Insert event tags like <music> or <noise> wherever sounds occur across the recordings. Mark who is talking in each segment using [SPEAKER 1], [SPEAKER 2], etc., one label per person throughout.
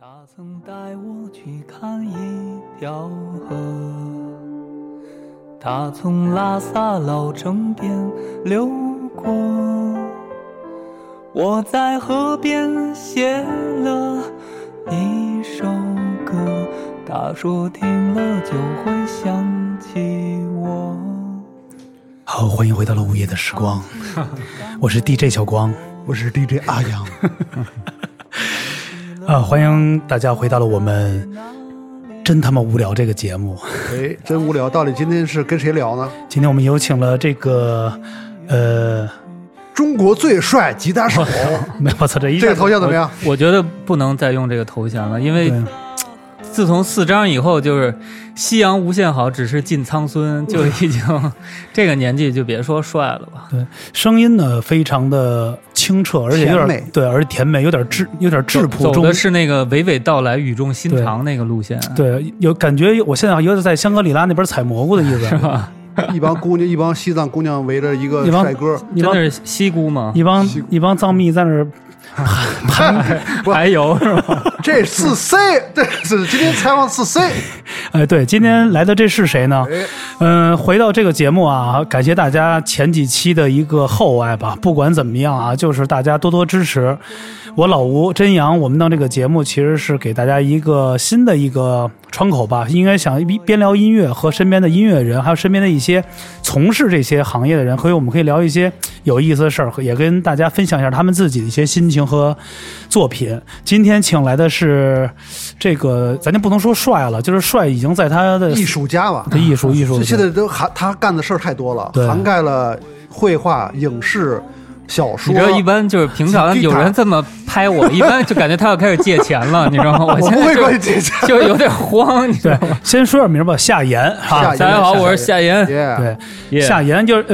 [SPEAKER 1] 他曾带我去看一条河，他从拉萨老城边流过，我在河边写了一首歌。他说听了就会想起我。
[SPEAKER 2] 好，欢迎回到了午夜的时光， <laughs> 我是 DJ 小光。
[SPEAKER 3] 我是 DJ
[SPEAKER 1] 哎
[SPEAKER 3] 阿阳，
[SPEAKER 2] 啊，欢迎大家回到了我们真他妈无聊这个节目。
[SPEAKER 3] 哎，真无聊。到底今天是跟谁聊呢？
[SPEAKER 2] 今天我们有请了这个，呃，
[SPEAKER 3] 中国最帅吉他
[SPEAKER 1] <laughs>
[SPEAKER 3] 手，
[SPEAKER 2] 没有我操，这一下
[SPEAKER 3] 这个头像怎么样？
[SPEAKER 1] 我觉得不能再用这个头衔了，因为
[SPEAKER 2] 对
[SPEAKER 1] 自从四张以后，就是夕阳无限好，只是近苍孙，就已经这个年纪就别说帅了吧。
[SPEAKER 2] 对，声音呢非常的清澈，而且有
[SPEAKER 3] 甜
[SPEAKER 2] 点
[SPEAKER 3] 美
[SPEAKER 2] 对，而且甜美，有点质，有点质朴
[SPEAKER 1] 走
[SPEAKER 2] 中
[SPEAKER 1] 的。是那个娓娓道来、语重心长那个路线。，
[SPEAKER 2] 对，有感觉，我现在有点在香格里拉那边采蘑菇的意思，是吧？
[SPEAKER 3] 一帮姑娘，一帮西藏姑娘围着一个
[SPEAKER 2] 一帮
[SPEAKER 3] <laughs> 帅哥，
[SPEAKER 2] 一
[SPEAKER 1] 真
[SPEAKER 2] 帮
[SPEAKER 1] 的是西姑吗？
[SPEAKER 2] 一帮一帮藏蜜在那儿盘
[SPEAKER 1] 排油是吧？
[SPEAKER 3] <laughs> 这四 C，这是今天采访四 C，
[SPEAKER 2] <laughs> 哎，对，今天来的这是谁
[SPEAKER 3] <laughs>
[SPEAKER 2] 呢？嗯、回到这个节目啊，感谢大家前几期的一个厚爱吧。不管怎么样啊，就是大家多多支持我呃老吴、真阳。我们弄这个节目其实是给大家一个新的一个窗口吧，应该想一边聊音乐和身边的音乐人，还有身边的一些从事这些行业的人，和我们可以聊一些有意思的事儿，也跟大家分享一下他们自己的一些心情和作品。今天请来的是这个，咱就不能说帅了，就是帅已经在他的
[SPEAKER 3] 艺术家吧。
[SPEAKER 2] 的艺术艺术
[SPEAKER 3] 这现在都涵他干的事儿太多了，
[SPEAKER 2] 对
[SPEAKER 3] 涵盖了绘画、影视、小说
[SPEAKER 1] 你知。道一般就是平常有人这么拍我，一般就感觉他要开始借钱了，你知道吗？我
[SPEAKER 3] 我
[SPEAKER 1] 现
[SPEAKER 3] 不
[SPEAKER 1] 在
[SPEAKER 3] 会
[SPEAKER 1] 就
[SPEAKER 3] 管你这家。
[SPEAKER 1] 就有点慌，你知
[SPEAKER 2] 对
[SPEAKER 1] 道吗？，
[SPEAKER 2] <laughs> 先说下名吧，夏言
[SPEAKER 3] 夏
[SPEAKER 2] 哈。
[SPEAKER 3] 言
[SPEAKER 1] 大家好，我是夏言
[SPEAKER 3] 耶，
[SPEAKER 2] 对夏言就是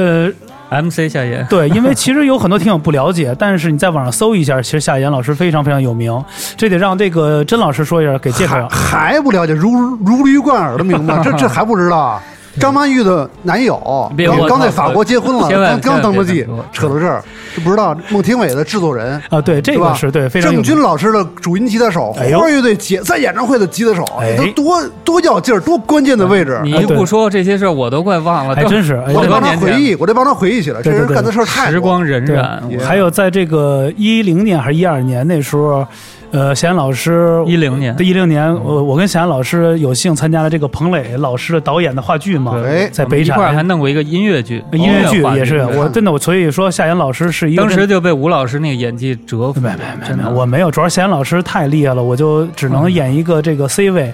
[SPEAKER 2] 呃，
[SPEAKER 1] ，MC 夏言。
[SPEAKER 2] 对，因为其实有很多听友不了解，但是你在网上搜一下，其实夏言老师非常非常有名，这得让这个甄老师说一下，给介绍
[SPEAKER 3] 还
[SPEAKER 2] 一下。
[SPEAKER 3] 还不了解如如驴贯耳的名字，这这还不知道啊？张曼玉的男友
[SPEAKER 1] 别
[SPEAKER 3] 刚
[SPEAKER 1] 我
[SPEAKER 3] 刚在
[SPEAKER 1] 操
[SPEAKER 3] 法国结婚了，
[SPEAKER 1] 千万
[SPEAKER 3] 刚刚
[SPEAKER 1] 千万
[SPEAKER 3] 登了
[SPEAKER 1] 别
[SPEAKER 3] 记
[SPEAKER 1] 这么说，
[SPEAKER 3] 扯到这儿就不知道孟庭苇的制作人，
[SPEAKER 2] 啊，对，这
[SPEAKER 3] 是
[SPEAKER 2] 个
[SPEAKER 3] 吧？
[SPEAKER 2] 是对非常有
[SPEAKER 3] 郑钧
[SPEAKER 2] 名。
[SPEAKER 3] 老师的主音吉他手，
[SPEAKER 2] 哎呦
[SPEAKER 3] 花儿乐队解散演唱会的吉他手，
[SPEAKER 2] 哎
[SPEAKER 3] 都多多要劲儿，多关键的位置。
[SPEAKER 1] 你
[SPEAKER 2] 哎
[SPEAKER 1] 一
[SPEAKER 2] 对
[SPEAKER 1] 不说这些事儿，我都快忘了。
[SPEAKER 2] 还
[SPEAKER 1] 都
[SPEAKER 2] 真是哎
[SPEAKER 3] 我
[SPEAKER 1] 好
[SPEAKER 3] 得
[SPEAKER 1] 多
[SPEAKER 3] 帮他
[SPEAKER 1] 年
[SPEAKER 3] 回
[SPEAKER 1] 前，
[SPEAKER 3] 忆，我得帮他回忆起来，这
[SPEAKER 2] 对对
[SPEAKER 3] 人
[SPEAKER 2] 对
[SPEAKER 3] 干的事儿太多
[SPEAKER 1] 时
[SPEAKER 3] 了。
[SPEAKER 1] 光荏
[SPEAKER 2] 对
[SPEAKER 1] 苒，
[SPEAKER 2] 还有在这个一零年还是一二年那时候，呃，夏言老师
[SPEAKER 1] 一零年
[SPEAKER 2] 一零年，我我跟夏言老师有幸参加了这个彭磊老师的导演的话剧嘛，
[SPEAKER 3] 哎
[SPEAKER 2] 在
[SPEAKER 1] 我们
[SPEAKER 2] 北
[SPEAKER 1] 一块儿
[SPEAKER 2] 展
[SPEAKER 1] 还弄过一个音乐剧，
[SPEAKER 2] 音乐剧
[SPEAKER 1] 话
[SPEAKER 2] 也是，
[SPEAKER 3] 对
[SPEAKER 2] 我真的我所以说夏言老师是一个
[SPEAKER 1] 当
[SPEAKER 2] 真
[SPEAKER 1] 时就被吴老师那个演技折服，
[SPEAKER 2] 没没没
[SPEAKER 1] 真
[SPEAKER 2] 没，
[SPEAKER 1] 的嗯
[SPEAKER 2] 我没有，主要是显老师太厉害了，我就只能演一个这个 C
[SPEAKER 1] <laughs>
[SPEAKER 2] 位。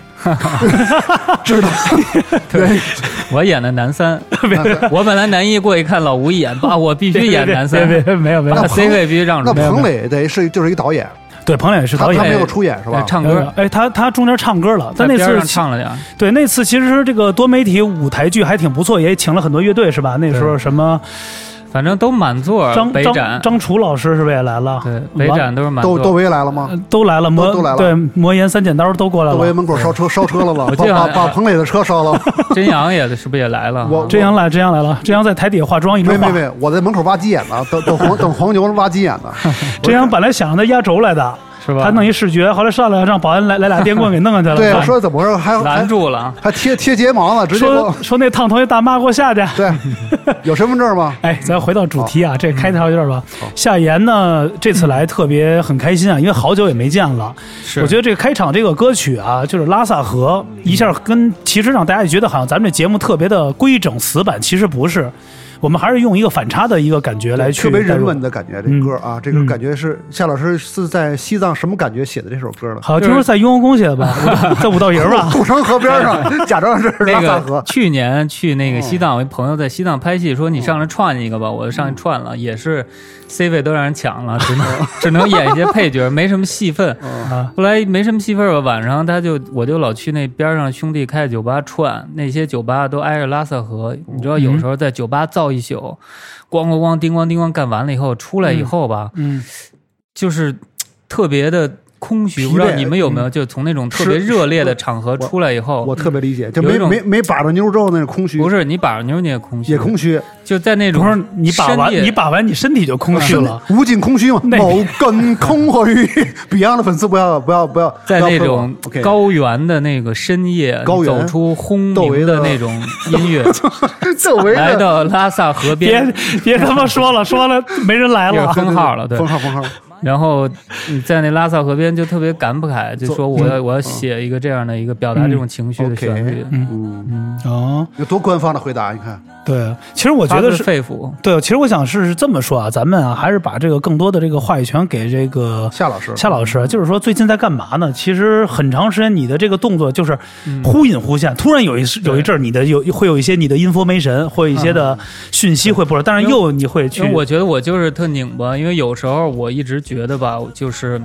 [SPEAKER 1] 我演的男三，我本来男一过去看老吴一演，爸，我必须演男三，啊
[SPEAKER 2] 别别没有没有
[SPEAKER 1] 那，C 位必须让
[SPEAKER 3] 那
[SPEAKER 1] 出。
[SPEAKER 3] 彭磊得是就是一个导演，
[SPEAKER 2] <laughs> 对，彭磊是
[SPEAKER 3] 他
[SPEAKER 2] 导
[SPEAKER 3] 他
[SPEAKER 2] 演
[SPEAKER 3] 没。有出演是吧？
[SPEAKER 1] 唱歌，
[SPEAKER 2] 哎，他他中间唱歌了，但那
[SPEAKER 1] 在边上
[SPEAKER 2] 次
[SPEAKER 1] 唱了点儿，
[SPEAKER 2] 对那次其实这个多媒体舞台剧还挺不错，也请了很多乐队是吧？那时候什么
[SPEAKER 1] 反正都满座。
[SPEAKER 2] 张
[SPEAKER 1] 呃北
[SPEAKER 2] 张
[SPEAKER 1] 展，
[SPEAKER 2] 张楚老师是不是也来了？
[SPEAKER 1] 对，北展都是满
[SPEAKER 3] 窦窦
[SPEAKER 1] 座。
[SPEAKER 3] 唯来了吗？
[SPEAKER 2] 都来了，魔
[SPEAKER 3] 都来了
[SPEAKER 2] 对魔岩三剪刀都过来
[SPEAKER 3] 窦唯
[SPEAKER 2] 了，
[SPEAKER 3] 门口烧车烧车了吗？把
[SPEAKER 1] 我记得好
[SPEAKER 3] 把
[SPEAKER 1] 像
[SPEAKER 3] 把彭磊的车烧了。
[SPEAKER 1] <laughs> 真阳也是不是也来了？啊
[SPEAKER 3] 我
[SPEAKER 2] 真阳来真阳来了，真阳在台底下化妆一直
[SPEAKER 3] 没
[SPEAKER 2] 化
[SPEAKER 3] 没。没，我在门口挖鸡眼呢，等等
[SPEAKER 1] <laughs>
[SPEAKER 3] 黄等黄牛挖鸡眼呢。
[SPEAKER 2] 真阳本来想让他压轴来的，
[SPEAKER 1] 是吧？
[SPEAKER 2] 他弄一视觉，后来上来让保安来来
[SPEAKER 3] <laughs>
[SPEAKER 2] 俩电棍给弄下去了。
[SPEAKER 3] 对，我说怎么回事？还
[SPEAKER 1] 拦
[SPEAKER 3] 还
[SPEAKER 1] 住了啊。
[SPEAKER 2] 哎
[SPEAKER 3] 还贴贴睫毛呢，直接给
[SPEAKER 2] 说
[SPEAKER 3] 我
[SPEAKER 2] 说那烫头那大妈给我下去。
[SPEAKER 3] 对，有身份证
[SPEAKER 1] <laughs>
[SPEAKER 3] 吗？
[SPEAKER 2] 哎，咱回到主题啊，这开头有点吧。
[SPEAKER 3] 嗯
[SPEAKER 2] 夏言呢，这次来特别很开心啊，因为好久也没见了。
[SPEAKER 1] 是
[SPEAKER 2] 我觉得这个开场这个歌曲啊，就是拉萨河，
[SPEAKER 3] 嗯
[SPEAKER 2] 一下跟其实让大家也觉得好像咱们这节目特别的规整死板，其实不是，我们还是用一个反差的一个感觉来去
[SPEAKER 3] 特别人
[SPEAKER 2] 带
[SPEAKER 3] 文
[SPEAKER 2] 入。
[SPEAKER 3] 的感觉，
[SPEAKER 1] 嗯
[SPEAKER 3] 这歌啊，这个感觉是夏老师是在西藏什么感觉写的这首歌
[SPEAKER 1] <laughs>
[SPEAKER 3] 呢？
[SPEAKER 2] 好，
[SPEAKER 1] 就
[SPEAKER 2] 听
[SPEAKER 1] 是
[SPEAKER 2] 说在雍和宫写的
[SPEAKER 3] <laughs>
[SPEAKER 2] 吧，我在五道营吧。
[SPEAKER 3] 古城河边
[SPEAKER 1] <laughs>
[SPEAKER 3] 上，假装是拉
[SPEAKER 1] 那
[SPEAKER 3] 萨
[SPEAKER 1] 个
[SPEAKER 3] 河，
[SPEAKER 1] 去年去那个西藏，我一朋友在西藏拍戏，说你上来串一个吧，我就上去串了，也是 C 位都让人抢了，只能只能演一些配角，没什么戏份。
[SPEAKER 2] 啊
[SPEAKER 1] 后来没什么戏份吧，晚上他就我就老去那边上兄弟开的酒吧串，那些酒吧都挨着拉萨河，你知道有时候在酒吧造一宿，咣咣咣叮咣叮咣干完了以后，出来以后吧，
[SPEAKER 2] 嗯，
[SPEAKER 1] 就是特别的空虚，
[SPEAKER 3] 疲惫
[SPEAKER 1] 不知道你们有没有，就从那种特别
[SPEAKER 3] 是
[SPEAKER 1] 热烈的场合出来以后，
[SPEAKER 3] 我特别理解，就
[SPEAKER 1] 有一
[SPEAKER 3] 没
[SPEAKER 1] 种
[SPEAKER 3] 没没把着妞之后那种空虚，
[SPEAKER 1] 不是你把妞你也空虚，
[SPEAKER 3] 也空虚，
[SPEAKER 1] 就在那种
[SPEAKER 2] 不是你把完
[SPEAKER 1] 深夜
[SPEAKER 2] 你把完你身体就空虚了，
[SPEAKER 3] 啊无尽空
[SPEAKER 1] <laughs>
[SPEAKER 3] 虚嘛。
[SPEAKER 2] 那
[SPEAKER 3] 某根空虚 <laughs> ，Beyond 的粉丝不要不要不要，
[SPEAKER 1] 在那种
[SPEAKER 3] 不要 OK
[SPEAKER 1] 高原的那个深夜，
[SPEAKER 3] 高原
[SPEAKER 1] 走出轰
[SPEAKER 3] 窦唯
[SPEAKER 1] 鸣
[SPEAKER 3] 的
[SPEAKER 1] 的那种
[SPEAKER 2] <laughs>
[SPEAKER 1] 音乐，
[SPEAKER 3] 这围
[SPEAKER 1] 来
[SPEAKER 3] 着
[SPEAKER 1] 到拉萨河
[SPEAKER 2] 别
[SPEAKER 1] 边，
[SPEAKER 2] 别他妈说了，说了没人
[SPEAKER 3] <laughs>
[SPEAKER 2] 来
[SPEAKER 1] 有
[SPEAKER 3] 啊
[SPEAKER 2] 了。
[SPEAKER 1] 封号了，对
[SPEAKER 3] 封。号封号，
[SPEAKER 1] 然后你在那拉萨河边就特别感慨，就说我
[SPEAKER 2] 嗯
[SPEAKER 1] 要我要写一个这样的一个表达这种情绪的
[SPEAKER 3] OK
[SPEAKER 1] 旋律，
[SPEAKER 3] 嗯，
[SPEAKER 2] 哦，
[SPEAKER 3] 有多官方的回答，你看，
[SPEAKER 2] 对，其实我
[SPEAKER 1] 发
[SPEAKER 2] 觉得
[SPEAKER 1] 自
[SPEAKER 2] 是
[SPEAKER 1] 肺腑。
[SPEAKER 2] 对，其实我想是这么说啊，咱们啊还是把这个更多的这个话语权给这个
[SPEAKER 3] 夏老师，
[SPEAKER 2] 夏老师，就是说最近在干嘛呢？其实很长时间你的这个动作就是
[SPEAKER 1] 嗯
[SPEAKER 2] 忽隐忽现，突然有一时有一阵儿你的有会有一些你的 information 或一些的讯息会不知道，但是又你会去
[SPEAKER 1] 嗯因为我觉得我就是特拧巴，因为有时候我一直觉得吧，就是，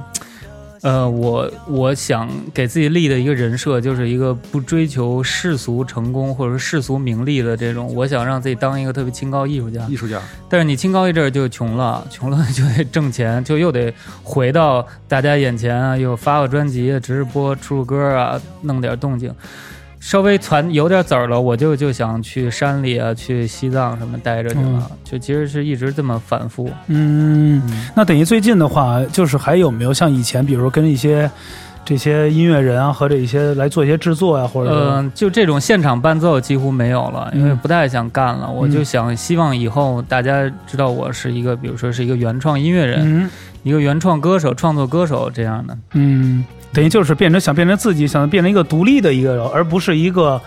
[SPEAKER 1] 呃，我我想给自己立的一个人设，就是一个不追求世俗成功或者世俗名利的这种，我想让自己当一个特别清高艺术家。
[SPEAKER 3] 艺术家，
[SPEAKER 1] 但是你清高一阵儿就穷了，穷了 <laughs> 就得挣钱，就又得回到大家眼前啊，又发个专辑啊、直播、出出歌啊，弄点动静。稍微攒有点籽儿了，我就就想去山里啊，去西藏什么待着去了，就其实是一直这么反复。
[SPEAKER 2] 嗯，那等于最近的话，就是还有没有像以前，比如说跟一些这些音乐人啊，和这一些来做一些制作呀、或者、
[SPEAKER 1] 嗯、就这种现场伴奏几乎没有了，因为
[SPEAKER 2] 嗯
[SPEAKER 1] 不太想干了。我就想希望以后大家知道我是一个，比如说是一个原创音乐人，
[SPEAKER 2] 嗯
[SPEAKER 1] 一个原创歌手、创作歌手这样的。
[SPEAKER 2] 嗯，等于就是变成想变成自己，想变成一个独立的一个人，而不是一个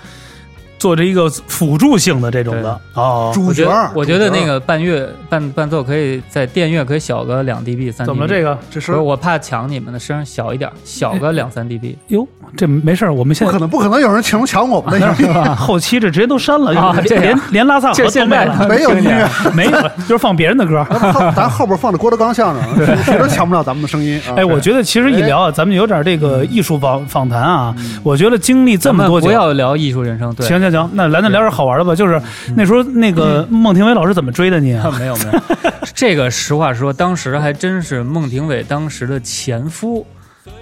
[SPEAKER 2] 做着一个辅助性的这种的哦。
[SPEAKER 3] 主
[SPEAKER 1] 我觉
[SPEAKER 3] 角
[SPEAKER 1] 得，我觉得
[SPEAKER 3] 主角
[SPEAKER 1] 那个伴乐伴伴奏可以在电乐可以小个两 dB 三 dB。
[SPEAKER 2] 怎么了？这个
[SPEAKER 3] 这
[SPEAKER 1] 不
[SPEAKER 3] 是
[SPEAKER 1] 是我怕抢你们的声，小一点，小个两三 dB。
[SPEAKER 2] 哟，这没事儿，我们现
[SPEAKER 3] 不可
[SPEAKER 2] 在
[SPEAKER 3] 能不可能有人抢抢我们的，
[SPEAKER 2] 后期这直接都删了，
[SPEAKER 1] 啊这
[SPEAKER 2] 连
[SPEAKER 1] 样
[SPEAKER 2] 连连拉萨河
[SPEAKER 1] 这
[SPEAKER 2] 都
[SPEAKER 1] 现
[SPEAKER 2] 没
[SPEAKER 1] 在
[SPEAKER 2] 了，
[SPEAKER 3] 没有音乐。
[SPEAKER 2] 没有，就是放别人的
[SPEAKER 3] <laughs>
[SPEAKER 2] 歌。
[SPEAKER 1] <laughs>
[SPEAKER 3] 后咱后边放着郭德纲相声，谁谁都抢不了咱们的声音。啊
[SPEAKER 2] 哎，我觉得其实一聊
[SPEAKER 3] 哎
[SPEAKER 2] 啊，咱们有点这个
[SPEAKER 3] 嗯
[SPEAKER 2] 艺术访访谈啊，我觉得经历 <laughs> 这么
[SPEAKER 1] 咱
[SPEAKER 2] 多
[SPEAKER 1] 们
[SPEAKER 2] 久
[SPEAKER 1] 不。要聊艺术人生，对，嗯
[SPEAKER 2] 行行行，那来咱聊点好玩的吧。就是那时候那个孟庭苇老师怎么追的你啊？
[SPEAKER 1] <laughs> 没有没
[SPEAKER 2] <laughs>
[SPEAKER 1] 有，这个实话实说，当时还真是孟庭苇当时的前夫。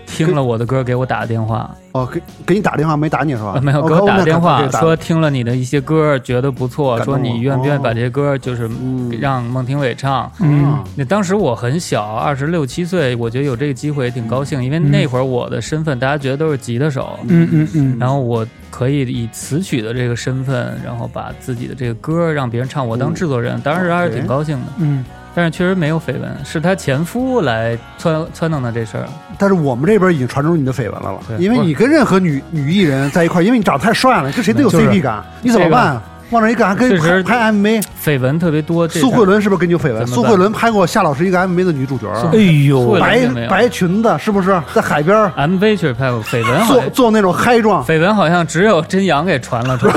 [SPEAKER 1] 听了我的歌，给我打的电话，
[SPEAKER 3] 哦，给给你打电话没打你是吧
[SPEAKER 1] 呃？没有
[SPEAKER 3] 哦
[SPEAKER 1] 给我打
[SPEAKER 3] 那
[SPEAKER 1] 电
[SPEAKER 3] 可
[SPEAKER 1] 话
[SPEAKER 3] 能是打
[SPEAKER 1] 说听了你的一些歌，觉得不错，
[SPEAKER 3] 感动
[SPEAKER 1] 说
[SPEAKER 3] 了哦
[SPEAKER 1] 你愿不愿意把这些歌就是
[SPEAKER 3] 嗯
[SPEAKER 1] 让孟庭苇唱。
[SPEAKER 2] 嗯
[SPEAKER 3] 嗯
[SPEAKER 1] 那当时我很小，二十六七岁，我觉得有这个机会也挺高兴，因为
[SPEAKER 2] 嗯
[SPEAKER 1] 那会儿我的身份大家觉得都是吉他手，
[SPEAKER 2] 嗯嗯嗯，
[SPEAKER 1] 然后我可以以词曲的这个身份，然后把自己的这个歌让别人唱，我当制作人，当时还是挺高兴的。
[SPEAKER 2] 嗯
[SPEAKER 1] 但是确实没有绯闻，是他前夫来撺撺弄的这事儿。
[SPEAKER 3] 但是我们这边已经传出你的绯闻来了，
[SPEAKER 1] 对
[SPEAKER 3] 因为你跟任何女女艺人在一块儿，因为你长得太帅了，跟谁都有
[SPEAKER 2] 就是
[SPEAKER 1] <laughs>
[SPEAKER 3] CP 感，你怎么办啊？往那一干，还跟
[SPEAKER 1] 确实
[SPEAKER 3] 拍 MV，
[SPEAKER 1] 绯闻特别多，这
[SPEAKER 3] 苏慧伦是不是跟你有绯闻？
[SPEAKER 1] 怎么
[SPEAKER 3] 苏
[SPEAKER 1] 办
[SPEAKER 3] 慧伦拍过夏老师一个 MV 的女主角，啊
[SPEAKER 2] 哎呦
[SPEAKER 1] 慧，伦
[SPEAKER 3] 白
[SPEAKER 1] 并没有
[SPEAKER 3] 白裙子是不是在海边儿
[SPEAKER 1] MV 确实拍过绯闻，好
[SPEAKER 3] 做
[SPEAKER 1] 像
[SPEAKER 3] 做那种嗨状？
[SPEAKER 1] 绯闻好像只有真阳给传了出来。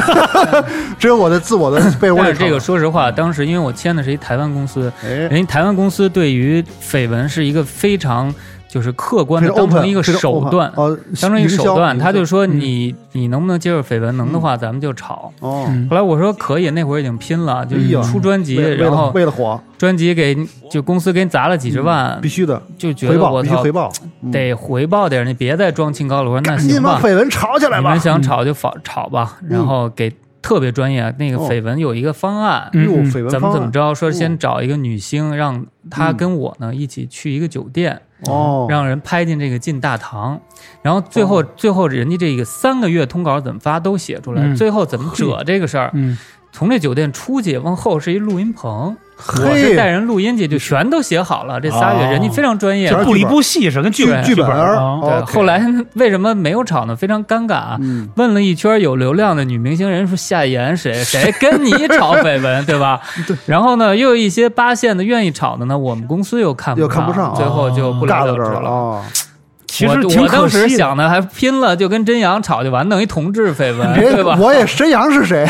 [SPEAKER 3] 只有我的自我的被窝
[SPEAKER 1] 但
[SPEAKER 3] 里
[SPEAKER 1] 是
[SPEAKER 3] 头
[SPEAKER 1] 这个，说实话，当时因为我签的是一台湾公司，
[SPEAKER 3] 哎，
[SPEAKER 1] 人家台湾公司对于绯闻是一个非常就是客观
[SPEAKER 3] 这
[SPEAKER 1] 的
[SPEAKER 3] 是
[SPEAKER 1] 当
[SPEAKER 3] open
[SPEAKER 1] 成一个
[SPEAKER 3] 这是
[SPEAKER 1] 手
[SPEAKER 3] open，
[SPEAKER 1] 段，
[SPEAKER 3] 哦，
[SPEAKER 1] 当成一个手段，
[SPEAKER 3] 营销嗯
[SPEAKER 1] 他就说你你能不能接受绯闻，能的话咱们就吵。
[SPEAKER 3] 哦，
[SPEAKER 2] 嗯
[SPEAKER 1] 后来我说可以，那会儿已经拼了，就
[SPEAKER 3] 哎呦
[SPEAKER 1] 出专辑，
[SPEAKER 3] 为为
[SPEAKER 1] 然
[SPEAKER 3] 了
[SPEAKER 1] 后
[SPEAKER 3] 为了火，
[SPEAKER 1] 专辑给你就公司给你砸了几十万
[SPEAKER 3] 必，须的
[SPEAKER 1] 就嗯觉
[SPEAKER 3] 回
[SPEAKER 1] 得
[SPEAKER 3] 报，
[SPEAKER 1] 我
[SPEAKER 3] 必须
[SPEAKER 1] 操
[SPEAKER 3] 回，报，嗯
[SPEAKER 1] 得回报点儿，你别再装清高了。我说那
[SPEAKER 3] 赶紧
[SPEAKER 1] 行
[SPEAKER 3] 把
[SPEAKER 1] 吧，
[SPEAKER 3] 绯闻吵起来
[SPEAKER 1] 你
[SPEAKER 3] 吧嗯
[SPEAKER 1] 们。想吵就吵吵吧，然后给特别专业，那个
[SPEAKER 3] 哦
[SPEAKER 1] 绯闻有一个方案。
[SPEAKER 3] 哟，
[SPEAKER 2] 嗯
[SPEAKER 3] 绯闻
[SPEAKER 1] 怎
[SPEAKER 3] 方
[SPEAKER 1] 么
[SPEAKER 3] 案
[SPEAKER 1] 怎么着？说先
[SPEAKER 3] 嗯
[SPEAKER 1] 找一个女星，让她跟我呢一起去一个酒店，
[SPEAKER 3] 哦，
[SPEAKER 1] 嗯让人拍进这个进大堂，然后最后、最后人家这个三个月通稿怎么发都写出来，
[SPEAKER 2] 嗯
[SPEAKER 1] 最后怎么折这个事儿，
[SPEAKER 2] 嗯，
[SPEAKER 1] 从这酒店出去往后是一录音棚，
[SPEAKER 3] 嘿
[SPEAKER 1] 我是带人录音去，就全都写好了，这仨月
[SPEAKER 3] 哦
[SPEAKER 1] 人家非常专业。
[SPEAKER 3] 全是
[SPEAKER 2] 不离不弃是跟剧
[SPEAKER 3] 剧
[SPEAKER 1] 对
[SPEAKER 3] 剧本
[SPEAKER 2] 本
[SPEAKER 3] 儿
[SPEAKER 2] 啊
[SPEAKER 1] 对，
[SPEAKER 3] 哦
[SPEAKER 1] 后来 <laughs> 为什么没有吵呢？非常尴尬啊！
[SPEAKER 3] 嗯，
[SPEAKER 1] 问了一圈有流量的女明星，人家说夏
[SPEAKER 3] <laughs>
[SPEAKER 1] 妍谁谁跟你炒绯闻，对吧？对。然后呢，又有一些八线的愿意炒的呢，我们公司又看不
[SPEAKER 3] 又看不上
[SPEAKER 1] 最后就不了
[SPEAKER 3] 尬到
[SPEAKER 1] 了之
[SPEAKER 3] 这儿了
[SPEAKER 1] 了。
[SPEAKER 3] 啊！
[SPEAKER 2] 其
[SPEAKER 1] 我
[SPEAKER 2] 实挺
[SPEAKER 1] 我当
[SPEAKER 2] 可
[SPEAKER 1] 时
[SPEAKER 2] 惜的。
[SPEAKER 1] 想的还拼了，就跟真阳吵就完，弄一同志绯闻，哎对
[SPEAKER 3] 别，
[SPEAKER 1] 吧？
[SPEAKER 3] 我也申阳是
[SPEAKER 1] <laughs>
[SPEAKER 3] 谁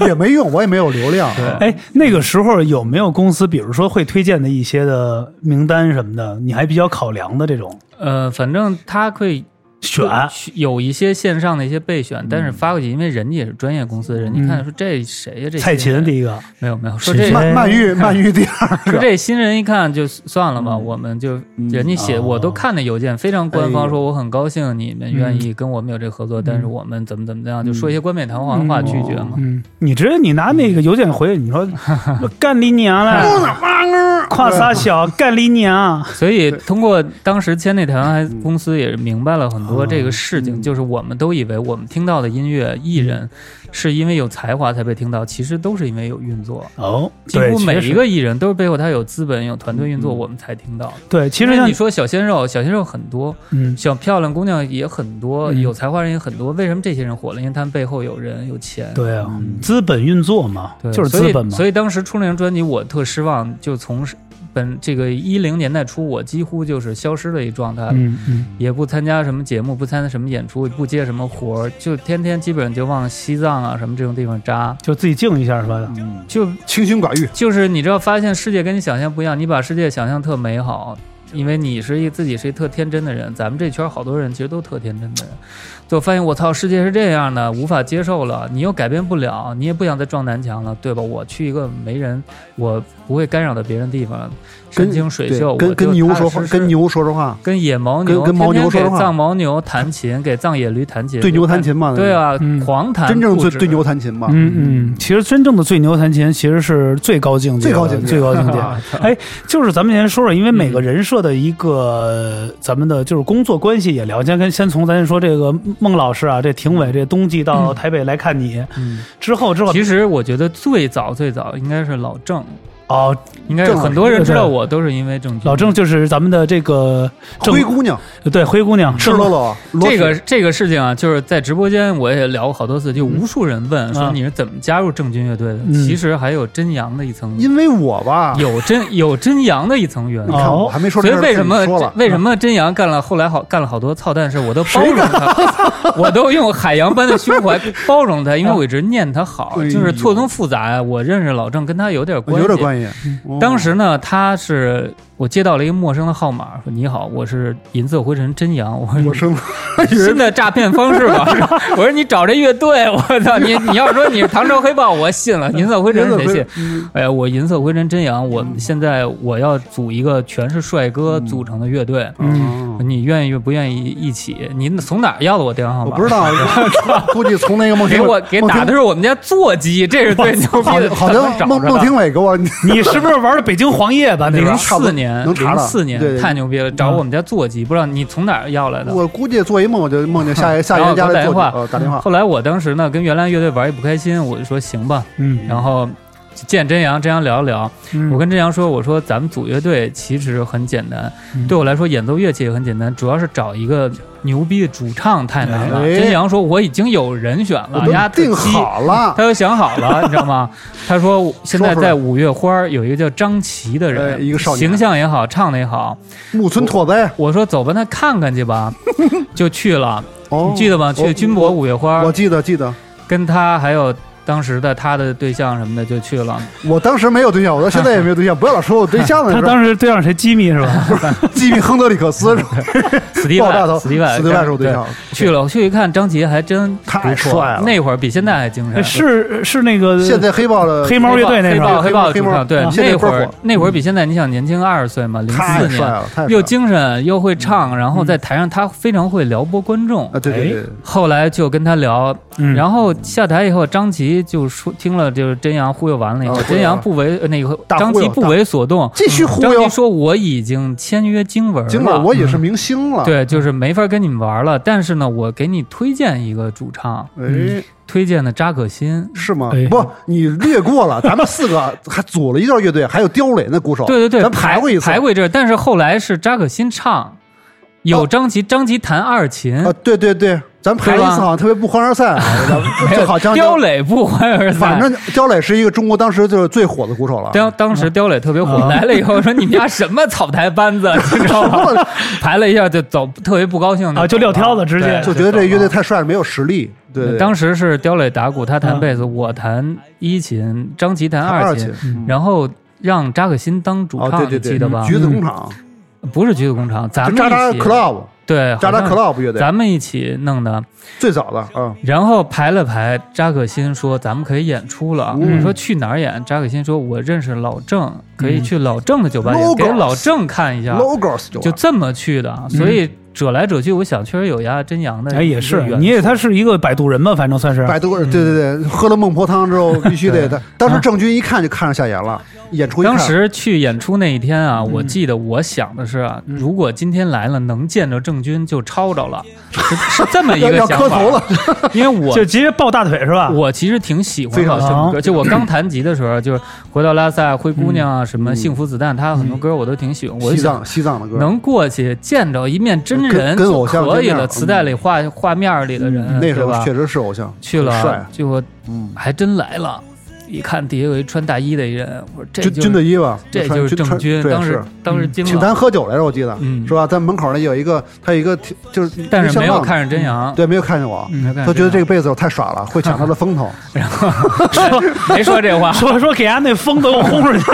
[SPEAKER 3] 也没用，我也没有流量。啊
[SPEAKER 1] 对
[SPEAKER 2] 哎，那个时候有没有公司，比如说会推荐的一些的名单什么的，你还比较考量的这种
[SPEAKER 1] 呃，反正他会
[SPEAKER 2] 选，
[SPEAKER 1] 有一些线上的一些备选，但是发过去，因为人家也是专业公司的人，
[SPEAKER 3] 嗯
[SPEAKER 1] 你看说这谁呀？这
[SPEAKER 2] 蔡琴第一个，
[SPEAKER 1] 没有没有说这
[SPEAKER 2] 谁
[SPEAKER 3] 曼曼玉
[SPEAKER 1] 哎
[SPEAKER 3] 曼玉第二
[SPEAKER 2] <laughs>
[SPEAKER 1] 说
[SPEAKER 3] 个，
[SPEAKER 1] 这新人一看就算了吧，我们就人家写
[SPEAKER 2] 嗯哦
[SPEAKER 1] 我都看那邮件非常官
[SPEAKER 3] 哎
[SPEAKER 1] 方，
[SPEAKER 3] 呦
[SPEAKER 1] 说我很高兴你们愿
[SPEAKER 2] 嗯
[SPEAKER 1] 意跟我们有这个合作，但是我们怎么怎么样，就说一些冠冕堂皇的话拒绝嘛。
[SPEAKER 2] 嗯，你直接你拿那个邮件回，你
[SPEAKER 1] <laughs>
[SPEAKER 2] 说干你娘了，跨仨小干你娘，啊
[SPEAKER 1] 所以通过当时签那台湾公司也明白了很多这个事
[SPEAKER 2] 嗯
[SPEAKER 1] 情，就是我们都以为我们听到的音乐艺人是因为有才华才被听到，其实都是因为有运作。
[SPEAKER 2] 哦，
[SPEAKER 1] 几
[SPEAKER 2] 对
[SPEAKER 1] 乎每
[SPEAKER 2] 其
[SPEAKER 1] 一
[SPEAKER 2] 实
[SPEAKER 1] 个艺人都是背后他有资本、有团队运作，我们才听到。
[SPEAKER 2] 对，其
[SPEAKER 1] 因
[SPEAKER 2] 实
[SPEAKER 1] 为
[SPEAKER 2] 像
[SPEAKER 1] 你说小鲜肉，小鲜肉很多，
[SPEAKER 2] 嗯，
[SPEAKER 1] 小漂亮姑娘也很多，
[SPEAKER 2] 嗯
[SPEAKER 1] 有才华人也很多。为什么这些人火了？因为他们背后有人有钱。
[SPEAKER 2] 对啊，资本运作嘛，
[SPEAKER 1] 嗯对，
[SPEAKER 2] 就是资本嘛
[SPEAKER 1] 所以。，所以当时出那张专辑，我特失望，就从本这个一零年代初，我几乎就是消失的一状态，
[SPEAKER 2] 嗯嗯，
[SPEAKER 1] 也不参加什么节目，不参加什么演出，不接什么活儿，就天天基本上就往西藏啊什么这种地方扎，
[SPEAKER 2] 就自己静一下是吧？
[SPEAKER 1] 就
[SPEAKER 3] 嗯清心寡欲，
[SPEAKER 1] 就是你知道，发现世界跟你想象不一样，你把世界想象特美好，因为你是一自己是一特天真的人。咱们这圈好多人其实都特天真的人，就发现我操，世界是这样的，无法接受了，你又改变不了，你也不想再撞南墙了，对吧？我去一个没人，我不会干扰到别人的地方，
[SPEAKER 3] 跟
[SPEAKER 1] 山清水
[SPEAKER 3] 对
[SPEAKER 1] 秀，
[SPEAKER 3] 跟
[SPEAKER 1] 我就
[SPEAKER 3] 跟牛
[SPEAKER 1] 踏踏
[SPEAKER 3] 说话
[SPEAKER 1] 实，实
[SPEAKER 3] 跟。牛说说话，
[SPEAKER 1] 跟野牦牛，
[SPEAKER 3] 跟跟牦牛
[SPEAKER 1] 天天
[SPEAKER 3] 说
[SPEAKER 1] 给
[SPEAKER 3] 话
[SPEAKER 1] 藏牦牛弹琴，给藏野驴弹琴，
[SPEAKER 3] 对牛弹，琴嘛，
[SPEAKER 1] 对啊，
[SPEAKER 2] 嗯
[SPEAKER 1] 狂弹，
[SPEAKER 3] 真正
[SPEAKER 1] 不
[SPEAKER 3] 最
[SPEAKER 1] 止
[SPEAKER 3] 对牛弹琴嘛，
[SPEAKER 2] 嗯嗯，其实真正的最牛弹琴其实是最高境界的，
[SPEAKER 3] 最高境界
[SPEAKER 2] 最高
[SPEAKER 3] <laughs>
[SPEAKER 2] 境界。
[SPEAKER 1] 啊
[SPEAKER 2] <laughs> 哎，就是咱们先说说，因为每个
[SPEAKER 1] 嗯
[SPEAKER 2] 人设的一个、咱们的就是工作关系也聊，先跟先从咱说这个孟老师啊，这评委这冬季到台北来看你、
[SPEAKER 1] 嗯
[SPEAKER 2] 之后之后
[SPEAKER 1] 其实我觉得最早最早应该是老郑，
[SPEAKER 2] 哦，
[SPEAKER 1] 应该是
[SPEAKER 3] 郑老师
[SPEAKER 1] 很多人知道我都是因为郑钧。
[SPEAKER 2] 老郑就是咱们的这个郑
[SPEAKER 3] 灰姑娘，
[SPEAKER 2] 对灰姑娘
[SPEAKER 3] 赤
[SPEAKER 2] 郑
[SPEAKER 3] 裸裸，裸
[SPEAKER 1] <laughs> 这
[SPEAKER 3] 体
[SPEAKER 1] 个这个事情啊，就是在直播间我也聊过好多次，就无数人问说
[SPEAKER 2] 嗯
[SPEAKER 1] 你是怎么加入郑钧乐队的？
[SPEAKER 2] 嗯
[SPEAKER 1] 其实还有真阳的一层，
[SPEAKER 3] 因为我吧，
[SPEAKER 1] 有真有真阳的一层缘
[SPEAKER 3] 你
[SPEAKER 1] 分。
[SPEAKER 3] 看
[SPEAKER 2] 哦
[SPEAKER 3] 我还没说
[SPEAKER 1] 所
[SPEAKER 3] 这
[SPEAKER 1] 以
[SPEAKER 3] 事儿，
[SPEAKER 1] 为什么
[SPEAKER 3] 自己说了
[SPEAKER 1] 为什么真阳干了后来好干了好多操蛋事，我都包容他，我都用海洋般的胸怀包容他，因为我一直念他好，
[SPEAKER 3] 哎呦
[SPEAKER 1] 就是错综复杂。我认识老郑跟他有点关系，嗯
[SPEAKER 3] 有点关系？哦
[SPEAKER 1] 当时呢，他是我接到了一个陌生的号码，说：“你好，我是银色回尘真阳，我
[SPEAKER 3] 我生
[SPEAKER 1] 新的诈骗方式吧。” <laughs> 我说：“你找这乐队，我操你！你要说你是唐朝黑豹，我信了。银色回尘谁信？
[SPEAKER 3] 嗯
[SPEAKER 1] 哎呀，我银色回尘真阳，我现在我要组一个全是帅哥组成的乐队，
[SPEAKER 3] 嗯，
[SPEAKER 1] 你愿意不愿意一起？你从哪儿要的我电话
[SPEAKER 3] 哦
[SPEAKER 1] 号
[SPEAKER 3] 我
[SPEAKER 1] 码？
[SPEAKER 3] 不知道，
[SPEAKER 1] <laughs>
[SPEAKER 3] 估计从那个孟
[SPEAKER 1] 给
[SPEAKER 3] 庭
[SPEAKER 1] 我给打的
[SPEAKER 3] 孟
[SPEAKER 1] 是我们家座机，这是最牛
[SPEAKER 3] 庭
[SPEAKER 1] 逼
[SPEAKER 3] 好
[SPEAKER 1] 的，
[SPEAKER 3] 像好
[SPEAKER 1] 怎么找
[SPEAKER 3] 像孟
[SPEAKER 1] 着
[SPEAKER 3] 孟
[SPEAKER 1] 的
[SPEAKER 3] 庭苇给我，
[SPEAKER 1] <laughs>
[SPEAKER 2] 你是不是玩的北京黄叶吧？那边
[SPEAKER 1] 啊零
[SPEAKER 2] 儿
[SPEAKER 3] 差不多
[SPEAKER 1] 四年，
[SPEAKER 3] 能查
[SPEAKER 1] 零
[SPEAKER 3] 了
[SPEAKER 1] 四年
[SPEAKER 3] 对对
[SPEAKER 1] 太牛逼了，找我们家座机，不知道你从哪儿要来的。
[SPEAKER 3] 我估计做一梦我就梦见下一下一个家来做
[SPEAKER 1] 嗯哦然后给我
[SPEAKER 3] 呃打
[SPEAKER 1] 打电话
[SPEAKER 3] 电话，
[SPEAKER 1] 后来我当时呢跟原来乐队玩也不开心，我就说行吧，
[SPEAKER 2] 嗯，
[SPEAKER 1] 然后就见真阳，真阳聊一聊。
[SPEAKER 2] 嗯
[SPEAKER 1] 我跟真阳说，我说咱们组乐队其实很简单
[SPEAKER 2] 嗯，
[SPEAKER 1] 对我来说演奏乐器也很简单，主要是找一个牛逼的主唱太难了。
[SPEAKER 3] 哎
[SPEAKER 1] 真阳说我已经有人选
[SPEAKER 3] 我
[SPEAKER 1] 了，嗯人家
[SPEAKER 3] 都
[SPEAKER 1] 特
[SPEAKER 3] 定
[SPEAKER 1] 鸡
[SPEAKER 3] 好了，
[SPEAKER 1] 他都想好了，你知道吗？他说现在
[SPEAKER 3] <laughs> 说出来
[SPEAKER 1] 在五月花儿有一个叫张琪的
[SPEAKER 3] 哎
[SPEAKER 1] 人，
[SPEAKER 3] 一个少年
[SPEAKER 1] 形象也好，唱的也好，
[SPEAKER 3] 木村拓哉，
[SPEAKER 1] 我说走吧，那看看
[SPEAKER 3] <laughs>
[SPEAKER 1] 去吧，就去了。
[SPEAKER 3] 哦
[SPEAKER 1] 你，记得吗？
[SPEAKER 3] 我
[SPEAKER 1] 去军博五月花
[SPEAKER 3] 我，记得记得，
[SPEAKER 1] 跟他还有当时的他的对象什么的就
[SPEAKER 3] <laughs>
[SPEAKER 1] 去了。
[SPEAKER 3] 我当时没有对象，我到现在也没有对象，不要老说我对
[SPEAKER 1] <laughs>
[SPEAKER 3] 象了，
[SPEAKER 2] 他
[SPEAKER 3] 是吧
[SPEAKER 2] 当时对象谁吉米是吧？
[SPEAKER 3] <laughs> 吉米亨德里克
[SPEAKER 1] <laughs>
[SPEAKER 3] 斯是吧
[SPEAKER 1] 史蒂
[SPEAKER 3] 爆炸
[SPEAKER 1] 万，
[SPEAKER 3] 头，
[SPEAKER 1] 史蒂万，
[SPEAKER 3] 外是我对象，
[SPEAKER 1] 去了。去一看，张杰还真
[SPEAKER 3] 太
[SPEAKER 1] 不错
[SPEAKER 3] 帅了哎
[SPEAKER 1] 那会儿比现在还精神。
[SPEAKER 2] 是是那个
[SPEAKER 3] 现在黑豹的
[SPEAKER 2] 黑猫乐队那
[SPEAKER 1] 呃黑
[SPEAKER 2] 时
[SPEAKER 1] 豹
[SPEAKER 2] 候，
[SPEAKER 1] 黑
[SPEAKER 3] 黑
[SPEAKER 1] 豹
[SPEAKER 3] 豹
[SPEAKER 1] 主唱，对
[SPEAKER 3] 黑豹，
[SPEAKER 1] 那会
[SPEAKER 3] 现在倍儿
[SPEAKER 1] 儿
[SPEAKER 3] 火
[SPEAKER 1] 那会儿比现在你想年轻二十岁嘛，零
[SPEAKER 3] 太帅
[SPEAKER 1] 四年，
[SPEAKER 3] 了，嗯太帅了
[SPEAKER 1] 又精神又会唱，然后在台上他非常会撩拨观众
[SPEAKER 3] 啊，。对对对，
[SPEAKER 1] 后来就跟他聊，
[SPEAKER 2] 嗯
[SPEAKER 1] 然后下台以后，张琪就说听了就是真阳忽悠完了以后，
[SPEAKER 3] 啊
[SPEAKER 1] 真阳不为呃那个
[SPEAKER 3] 大忽
[SPEAKER 1] 张
[SPEAKER 3] 悠
[SPEAKER 1] 琪不为所动，
[SPEAKER 3] 继续忽
[SPEAKER 1] 张琪
[SPEAKER 3] 悠，
[SPEAKER 1] 说我已经签约经文
[SPEAKER 3] 尽管
[SPEAKER 1] 了。
[SPEAKER 3] 我也是明星了，
[SPEAKER 1] 嗯对，就是没法跟你们玩了。但是呢，我给你推荐一个主唱，
[SPEAKER 3] 哎，
[SPEAKER 1] 推荐的扎克辛。
[SPEAKER 3] 是吗
[SPEAKER 2] 哎？
[SPEAKER 3] 不，你略过
[SPEAKER 1] <laughs>
[SPEAKER 3] 了，咱们四个还组了一段乐队，还有刁磊那鼓手，
[SPEAKER 1] 对对对，
[SPEAKER 3] 哦咱排过一次，
[SPEAKER 1] 排过一阵儿，但是后来是扎克辛唱，有
[SPEAKER 3] 哦
[SPEAKER 1] 张琪，张琪弹二琴
[SPEAKER 3] 啊，，对对对，咱排了一
[SPEAKER 1] 对吧
[SPEAKER 3] 次好像特别不欢而
[SPEAKER 1] <laughs>
[SPEAKER 3] 散，最好像
[SPEAKER 1] 刁磊不欢而散。
[SPEAKER 3] 反正刁磊是一个中国当时就是最火的鼓手了。
[SPEAKER 1] 当当时刁磊特别火，
[SPEAKER 2] 啊
[SPEAKER 1] 来了以后说你们家什么草台班子，啊你知道吗？ <laughs> 排了一下就走，特别不高兴
[SPEAKER 2] 啊就撂挑子
[SPEAKER 1] 走
[SPEAKER 2] 直接
[SPEAKER 1] 对
[SPEAKER 3] 就觉得这乐队
[SPEAKER 1] 走
[SPEAKER 3] 太帅了，没有实力。对
[SPEAKER 1] 了。
[SPEAKER 3] 对，
[SPEAKER 1] 当时是刁磊打鼓，他弹贝斯，我弹一琴，张琪弹
[SPEAKER 3] 二
[SPEAKER 1] 二琴，
[SPEAKER 2] 嗯
[SPEAKER 1] 然后让扎克辛当主
[SPEAKER 3] 哦，
[SPEAKER 1] 唱，
[SPEAKER 3] 对对
[SPEAKER 1] 你记
[SPEAKER 3] 对
[SPEAKER 1] 得吧，？嗯
[SPEAKER 3] 橘子工厂，
[SPEAKER 1] 不是橘子工厂，咱
[SPEAKER 3] 就
[SPEAKER 1] 们
[SPEAKER 3] 渣渣
[SPEAKER 1] 一起
[SPEAKER 3] club，
[SPEAKER 1] 对，
[SPEAKER 3] 扎扎
[SPEAKER 1] 好像
[SPEAKER 3] club 乐队
[SPEAKER 1] 咱们一起弄的，
[SPEAKER 3] 最早的啊，
[SPEAKER 1] 然后排了排，扎可欣说咱们可以演出了。
[SPEAKER 3] 嗯
[SPEAKER 1] 我说去哪儿演？扎可欣说我认识老郑，可以去老郑的酒吧演，
[SPEAKER 3] Logos
[SPEAKER 1] 给老郑看一下。
[SPEAKER 3] logos 就
[SPEAKER 1] 就这么去的，啊
[SPEAKER 3] 嗯
[SPEAKER 1] 所以折来折去，我想确实有牙真阳的一个
[SPEAKER 2] 哎，
[SPEAKER 1] 元素。
[SPEAKER 2] 也是，你也他是一个摆渡人吧，反正算是。
[SPEAKER 3] 百度，
[SPEAKER 1] 嗯
[SPEAKER 3] 对对对，喝了孟婆汤之后必须得的。当时郑钧一看就看上夏言了，演出一看嗯
[SPEAKER 1] 当时去演出那一天啊，我记得我想的是啊，如果今天来了能见着郑钧就抄
[SPEAKER 3] <laughs>
[SPEAKER 1] 着了，是是这么一
[SPEAKER 3] 要
[SPEAKER 1] 个
[SPEAKER 3] 要
[SPEAKER 1] 想
[SPEAKER 3] 磕
[SPEAKER 1] 法。
[SPEAKER 3] 头了，啊
[SPEAKER 1] 因为我
[SPEAKER 2] 就直接抱大腿是吧？
[SPEAKER 1] 我其实挺喜欢
[SPEAKER 3] 非
[SPEAKER 1] 老
[SPEAKER 3] 常
[SPEAKER 1] 郑的
[SPEAKER 2] 好
[SPEAKER 1] 歌，就我刚弹吉的时候，就是《回到拉萨》《灰姑娘》啊，什么《
[SPEAKER 3] 嗯
[SPEAKER 1] 幸福子弹》，他很多歌我都挺喜欢。我
[SPEAKER 3] 西
[SPEAKER 1] 就想
[SPEAKER 3] 藏西藏的歌，
[SPEAKER 1] 能过去见着一面真人
[SPEAKER 3] 跟跟
[SPEAKER 1] 就
[SPEAKER 3] 偶像
[SPEAKER 1] 可以
[SPEAKER 3] 见面
[SPEAKER 1] 了，
[SPEAKER 3] 嗯
[SPEAKER 1] 磁带里画画面里的人，
[SPEAKER 3] 那时
[SPEAKER 1] 对
[SPEAKER 3] 候
[SPEAKER 1] 吧
[SPEAKER 3] 确实是偶像，
[SPEAKER 1] 去
[SPEAKER 3] 很帅
[SPEAKER 1] 了，结果
[SPEAKER 3] 嗯，
[SPEAKER 1] 还真来了。一看底下有一穿大衣的一人，我说这
[SPEAKER 3] 军
[SPEAKER 1] 就
[SPEAKER 3] 军
[SPEAKER 1] 是
[SPEAKER 3] 队衣吧，
[SPEAKER 1] 这
[SPEAKER 3] 穿
[SPEAKER 1] 就是
[SPEAKER 3] 军
[SPEAKER 1] 郑
[SPEAKER 3] 穿
[SPEAKER 1] 钧。
[SPEAKER 3] 对啊
[SPEAKER 1] 当时
[SPEAKER 3] 是。嗯
[SPEAKER 1] 当时惊
[SPEAKER 3] 请
[SPEAKER 1] 了，
[SPEAKER 3] 咱喝酒来着，我记得
[SPEAKER 1] 嗯
[SPEAKER 3] 是吧？在门口那有一个，他有一个就是，
[SPEAKER 1] 但是没有看
[SPEAKER 3] 着，
[SPEAKER 1] 着真阳，
[SPEAKER 3] 嗯对，没有看见我，
[SPEAKER 1] 没有看着真阳
[SPEAKER 3] 他觉得这个辈子我太耍了，会抢他的风
[SPEAKER 1] <laughs>
[SPEAKER 3] 头。
[SPEAKER 1] 没说这
[SPEAKER 3] <laughs>
[SPEAKER 1] 话，
[SPEAKER 2] 说说给俺那风都轰出去，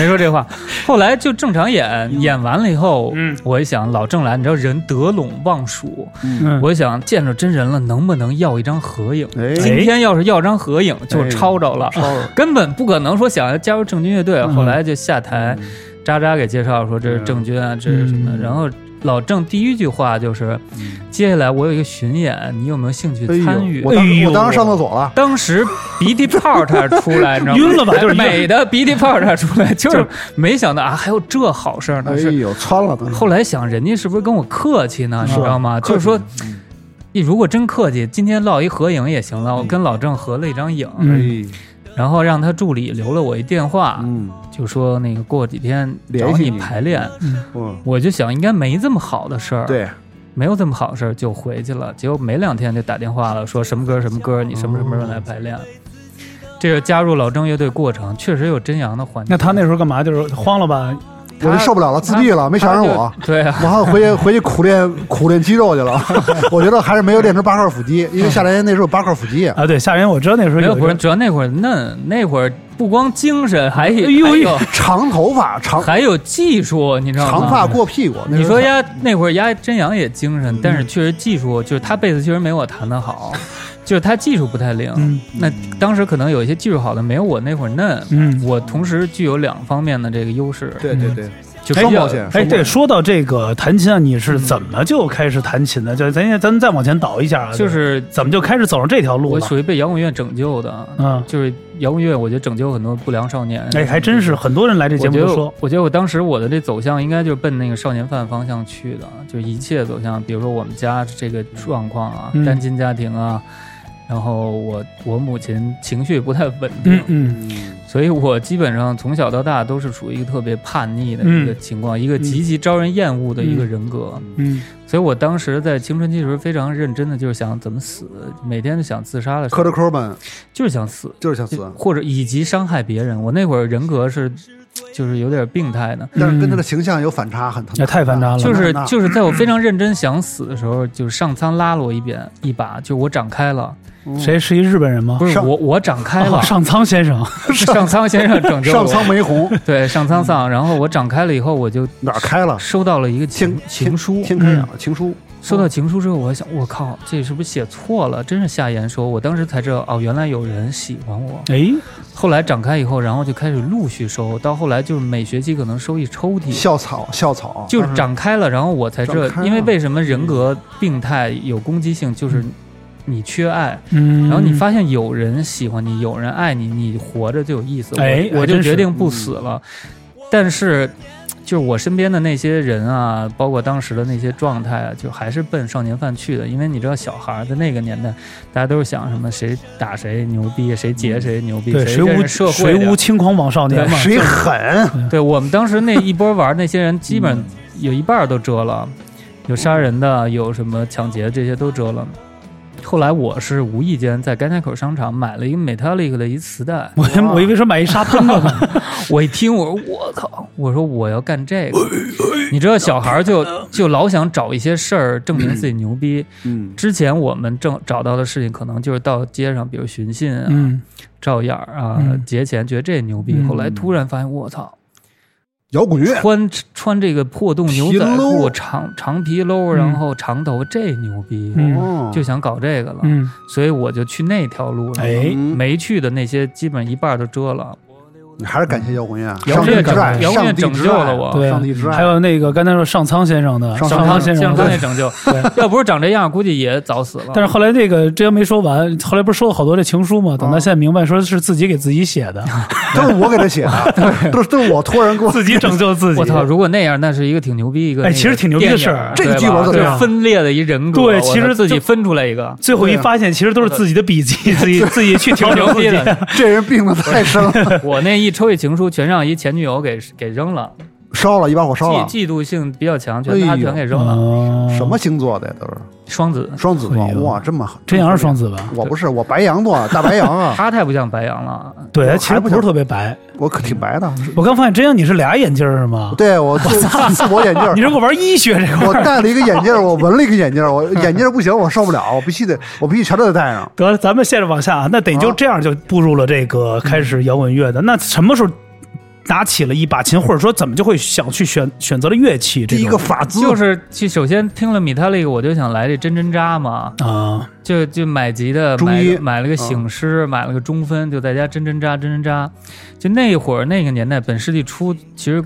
[SPEAKER 1] 没说这话。后来就正常演，演完了以后，
[SPEAKER 2] 嗯
[SPEAKER 1] 我一想老郑来，你知道人得陇望蜀，
[SPEAKER 2] 嗯
[SPEAKER 1] 我想见着真人了，能不能要一张合影？
[SPEAKER 3] 哎，
[SPEAKER 1] 今天要是要张合影，就抄着了，
[SPEAKER 3] 哎抄着
[SPEAKER 1] 根本不可能说想要加入郑钧乐队。
[SPEAKER 2] 嗯
[SPEAKER 1] 后来就下台，渣渣给介绍说这是郑钧啊，这是什么？
[SPEAKER 2] 嗯
[SPEAKER 1] 然后老郑第一句话就是，接下来我有一个巡演，你有没有兴趣
[SPEAKER 3] 哎呦
[SPEAKER 1] 参与？
[SPEAKER 3] 我当
[SPEAKER 2] 哎
[SPEAKER 3] 时
[SPEAKER 2] 呦
[SPEAKER 3] 我当时上厕所了，
[SPEAKER 1] 当时鼻涕泡差点出来，你知道吗？
[SPEAKER 2] <laughs> 晕了吧就是晕嗯
[SPEAKER 1] 美的鼻涕泡差点出来，就
[SPEAKER 2] <laughs> 就是
[SPEAKER 1] 没想到啊，还有这好事儿呢。
[SPEAKER 3] 哎
[SPEAKER 1] 是
[SPEAKER 3] 呦，穿了呢。
[SPEAKER 1] 后来想，人家是不是跟我客气呢？
[SPEAKER 2] 嗯
[SPEAKER 1] 你
[SPEAKER 3] 是
[SPEAKER 1] 知道吗？
[SPEAKER 3] 客气
[SPEAKER 1] 就是说，
[SPEAKER 3] 嗯
[SPEAKER 1] 你如果真客气，今天落一合影也行了。我跟老郑合了一张影，
[SPEAKER 2] 嗯
[SPEAKER 3] 哎
[SPEAKER 1] 然后让他助理留了我一电话，
[SPEAKER 3] 嗯
[SPEAKER 1] 就说那个过几天找
[SPEAKER 3] 联系你
[SPEAKER 1] 排练。
[SPEAKER 3] 嗯，
[SPEAKER 1] 我就想应该没这么好的事儿，，
[SPEAKER 3] 对，
[SPEAKER 1] 没有这么好的事儿就回去了。结果没两天就打电话了，说什么歌什么歌，你什么什么时候来排练？这是加入老郑乐队过程，确实有真阳的环节。
[SPEAKER 2] 那他那时候干嘛？就是慌了吧？
[SPEAKER 3] 我就受不了了，自闭了，没
[SPEAKER 1] 他
[SPEAKER 3] 想上
[SPEAKER 1] 就
[SPEAKER 3] 我。
[SPEAKER 1] 对啊，
[SPEAKER 3] 我还回
[SPEAKER 1] <laughs>
[SPEAKER 3] 去回去苦练苦练肌肉去了，我觉得还是没有练出八块腹肌，因为夏莲那时候有八块腹肌，
[SPEAKER 2] 啊，对，吓人！我知道那时候
[SPEAKER 1] 没有
[SPEAKER 2] 有
[SPEAKER 1] 不是，
[SPEAKER 2] 人
[SPEAKER 1] 主要那会儿嫩，那会儿不光精神，还有
[SPEAKER 2] 哎呦
[SPEAKER 1] 还有
[SPEAKER 3] 长头发长
[SPEAKER 1] 还有技术，你知道吗？
[SPEAKER 3] 长发过屁股。那
[SPEAKER 1] 你
[SPEAKER 3] 时候
[SPEAKER 1] 说丫那会儿丫真阳也精神，但是确实技术就是他贝斯确实没我弹的好，就是他技术不太灵。
[SPEAKER 2] 嗯
[SPEAKER 1] 那当时可能有一些技术好的没有我那会儿嫩。
[SPEAKER 2] 嗯。
[SPEAKER 1] 我同时具有两方面的这个优势，
[SPEAKER 3] 对对对，
[SPEAKER 1] 就
[SPEAKER 3] 双
[SPEAKER 1] 比较
[SPEAKER 3] 保险，
[SPEAKER 2] 哎，
[SPEAKER 3] 双保
[SPEAKER 2] 对，
[SPEAKER 3] 险
[SPEAKER 2] 说到这个弹琴啊，你是怎么就开始弹琴的？就咱先咱们再往前倒一下啊，
[SPEAKER 1] 就是
[SPEAKER 2] 怎么就开始走上这条路
[SPEAKER 1] 我
[SPEAKER 2] 了？
[SPEAKER 1] 属于被摇滚乐拯救的，
[SPEAKER 2] 嗯，
[SPEAKER 1] 就是摇滚乐，我觉得拯救很多不良少年。
[SPEAKER 2] 哎，还真是很多人来这节
[SPEAKER 1] 我
[SPEAKER 2] 目
[SPEAKER 1] 觉
[SPEAKER 2] 都
[SPEAKER 1] 得
[SPEAKER 2] 说
[SPEAKER 1] 我，，我觉得我当时我的这走向应该就是奔那个少年犯方向去的，就是一切走向，比如说我们家这个状况啊，
[SPEAKER 2] 嗯
[SPEAKER 1] 单亲家庭啊，然后我我母亲情绪不太稳定，
[SPEAKER 2] 嗯嗯
[SPEAKER 1] 所以我基本上从小到大都是处于一个特别叛逆的一个
[SPEAKER 3] 嗯
[SPEAKER 1] 情况，一个极其招人厌恶的一个人格。
[SPEAKER 2] 嗯，
[SPEAKER 1] 所以我当时在青春期的时候非常认真的就是想怎么死，每天就想自杀的时候，
[SPEAKER 3] 磕着磕们
[SPEAKER 1] 就是想死，
[SPEAKER 3] 就是想
[SPEAKER 1] 就
[SPEAKER 3] 死，
[SPEAKER 1] 或者以及伤害别人。我那会儿人格是就是有点病态的。
[SPEAKER 3] 但
[SPEAKER 2] 嗯
[SPEAKER 3] 是跟他的形象有反差，很疼
[SPEAKER 1] 哎
[SPEAKER 2] 那太反差了，
[SPEAKER 1] 就是
[SPEAKER 3] 那
[SPEAKER 1] 就是在我非常认真想死的时候，就是上苍拉了我一遍一把，就我长开了，
[SPEAKER 3] 嗯
[SPEAKER 2] 谁是一日本人吗？
[SPEAKER 1] 不是
[SPEAKER 3] 哦上
[SPEAKER 1] 我我长开了
[SPEAKER 2] 哦，上苍先
[SPEAKER 1] <laughs>
[SPEAKER 2] 生，
[SPEAKER 1] 上苍先生拯救
[SPEAKER 3] 上
[SPEAKER 1] 我，
[SPEAKER 3] 苍玫红
[SPEAKER 1] 对上苍丧，然后我长开了以后，我就
[SPEAKER 3] 哪儿开了？嗯
[SPEAKER 1] 收到了一个情
[SPEAKER 3] 天
[SPEAKER 1] 情书，
[SPEAKER 3] 天开了，情书
[SPEAKER 1] 收到情书之后，我还想我靠，这是不是写错了？真是夏言说，我当时才知道哦，原来有人喜欢我。
[SPEAKER 2] 哎，
[SPEAKER 1] 后来展开以后，然后就开始陆续收，到后来就是每学期可能收一抽屉，
[SPEAKER 3] 校草校草，啊
[SPEAKER 1] 就
[SPEAKER 3] 当时
[SPEAKER 1] 长开了，然后我才知
[SPEAKER 3] 长开
[SPEAKER 1] 道，
[SPEAKER 3] 了嗯
[SPEAKER 1] 因为为什么人格病态有攻击性，就是你缺爱，
[SPEAKER 2] 嗯，
[SPEAKER 1] 然后你发现有人喜欢你，有人爱你，你活着就有意思。
[SPEAKER 2] 哎
[SPEAKER 1] 我我
[SPEAKER 2] 还
[SPEAKER 1] 就
[SPEAKER 2] 真是嗯
[SPEAKER 1] 决定不死了。但是，就是我身边的那些人啊，包括当时的那些状态啊，就还是奔少年犯去的。因为你知道，小孩儿在那个年代，大家都是想什么谁打谁牛逼，谁劫谁牛逼，
[SPEAKER 2] 对谁
[SPEAKER 1] 这
[SPEAKER 2] 无
[SPEAKER 1] 是社会
[SPEAKER 2] 谁
[SPEAKER 1] 的
[SPEAKER 2] 无轻狂妄少年嘛，
[SPEAKER 3] 嗯谁狠？
[SPEAKER 1] <laughs> 对我们当时那一波玩儿那些人，基
[SPEAKER 2] 嗯
[SPEAKER 1] 本有一半儿都折了，有杀人的，有什么抢劫，这些都折了。后来我是无意间在甘家口商场买了一个 Metallic 的一
[SPEAKER 2] <laughs>
[SPEAKER 1] 磁带，
[SPEAKER 2] 我我以为说买一沙喷的呢，
[SPEAKER 1] 我一听我说我靠，我说我要干
[SPEAKER 2] <laughs>
[SPEAKER 1] 这个，你知道小孩儿就
[SPEAKER 2] 嗯
[SPEAKER 1] 就老想找一些事儿证明自己牛
[SPEAKER 2] <laughs>
[SPEAKER 1] 逼。
[SPEAKER 3] 嗯，
[SPEAKER 1] 之前我们正找到的事情，可能就是到街上，比如寻衅啊，
[SPEAKER 2] 嗯，
[SPEAKER 1] 照眼儿啊
[SPEAKER 2] 嗯，
[SPEAKER 1] 节前觉得这牛逼，
[SPEAKER 2] 嗯
[SPEAKER 1] 后来突然发现我操，
[SPEAKER 3] 摇滚乐，
[SPEAKER 1] 穿穿这个破洞牛仔
[SPEAKER 3] 皮
[SPEAKER 1] 裤、
[SPEAKER 3] 褛
[SPEAKER 1] 长长皮褛，
[SPEAKER 2] 嗯
[SPEAKER 1] 然后长头，这牛逼，
[SPEAKER 2] 嗯
[SPEAKER 3] 哦
[SPEAKER 1] 就想搞这个了，
[SPEAKER 2] 嗯，
[SPEAKER 1] 所以我就去那条路了。
[SPEAKER 2] 哎，
[SPEAKER 3] 嗯
[SPEAKER 1] 没去的那些基本一半都遮了，
[SPEAKER 3] 你还是感谢摇滚乐，啊
[SPEAKER 1] 摇
[SPEAKER 3] 上
[SPEAKER 1] 滚乐
[SPEAKER 3] 帝之爱，
[SPEAKER 1] 摇滚乐
[SPEAKER 3] 上帝
[SPEAKER 1] 拯
[SPEAKER 3] 之
[SPEAKER 1] 救
[SPEAKER 3] 爱
[SPEAKER 1] 了我
[SPEAKER 2] 对啊
[SPEAKER 3] 啊上帝之爱，
[SPEAKER 2] 还有那个刚才说上苍先生的
[SPEAKER 3] 上苍
[SPEAKER 2] 苍
[SPEAKER 1] 先
[SPEAKER 2] 先生
[SPEAKER 1] 生
[SPEAKER 2] 的
[SPEAKER 1] 也拯救
[SPEAKER 2] 对，
[SPEAKER 1] <laughs> 要不是长这样，估计也早死了。
[SPEAKER 2] 但是后来这个这还没说完，后来不是收了好多这情书吗？等到
[SPEAKER 3] 啊
[SPEAKER 2] 现在明白，说是自己给自己写的，
[SPEAKER 3] 都是我给他写的，都是都是我托人
[SPEAKER 2] <laughs>
[SPEAKER 3] 给我
[SPEAKER 2] 自己拯救自己。
[SPEAKER 1] 我操，如果那样，那是一个挺牛逼一个
[SPEAKER 2] 哎
[SPEAKER 1] 那个电影。
[SPEAKER 2] 其实挺牛逼的事儿
[SPEAKER 3] 这个
[SPEAKER 1] 对
[SPEAKER 3] 剧
[SPEAKER 1] 吧
[SPEAKER 3] 本怎
[SPEAKER 2] 么
[SPEAKER 1] 就
[SPEAKER 2] 样
[SPEAKER 1] 是分裂的一人格，
[SPEAKER 2] 对
[SPEAKER 1] 我操
[SPEAKER 2] 其实
[SPEAKER 1] 自己
[SPEAKER 2] 就
[SPEAKER 1] 分出来一个。
[SPEAKER 2] 最后一发现，其实都是自己的笔记，自己自己去调整自己
[SPEAKER 1] <laughs> 挺牛逼。的
[SPEAKER 3] 这人病的太深了，
[SPEAKER 1] 我那一抽一情书全让一前女友给给扔了，
[SPEAKER 3] 烧了一把火烧了。
[SPEAKER 1] 嫉嫉妒性比较强，全他
[SPEAKER 3] 哎呦
[SPEAKER 1] 全给扔了。
[SPEAKER 2] 哦
[SPEAKER 3] 什么？星座的呀都是
[SPEAKER 1] 双子，
[SPEAKER 3] 双子座
[SPEAKER 2] 哎，呦
[SPEAKER 3] 哇，这么狠，
[SPEAKER 2] 真阳是双子吧？
[SPEAKER 3] 我不是，我白羊座，大白羊
[SPEAKER 1] <laughs>
[SPEAKER 3] 啊，
[SPEAKER 1] 他太不像白羊了，
[SPEAKER 2] 对，
[SPEAKER 3] 我
[SPEAKER 2] 他其实
[SPEAKER 3] 还不
[SPEAKER 2] 不是
[SPEAKER 3] 想
[SPEAKER 2] 特别白。
[SPEAKER 3] 我可挺白的。
[SPEAKER 2] 我刚发现真阳你是俩眼镜儿是吗？
[SPEAKER 3] 对我自自我眼镜儿
[SPEAKER 2] <laughs> 你，如果玩医学这块
[SPEAKER 3] <laughs> 我
[SPEAKER 2] 儿，
[SPEAKER 3] 戴了一个眼镜儿，我纹了一个眼镜儿，我眼镜儿不行，我受不了，我必须得，我必须全都得戴上。
[SPEAKER 2] 得了，咱们接着往下啊。那得就这样就步入了这个开
[SPEAKER 1] 嗯
[SPEAKER 2] 始摇滚乐的。那什么时候拿起了一把琴，或者说怎么就会想去选选择了乐器这
[SPEAKER 3] 第
[SPEAKER 2] 种？
[SPEAKER 3] 一个法兹
[SPEAKER 1] 就是去首先听了米特利，我就想来这真真扎嘛，
[SPEAKER 2] 啊，
[SPEAKER 1] 就就买吉的，
[SPEAKER 3] 中
[SPEAKER 1] 买
[SPEAKER 3] 医
[SPEAKER 1] 个买了个醒狮，买了个中分，就在家真真扎真真扎。就那会儿那个年代，本世纪初，其实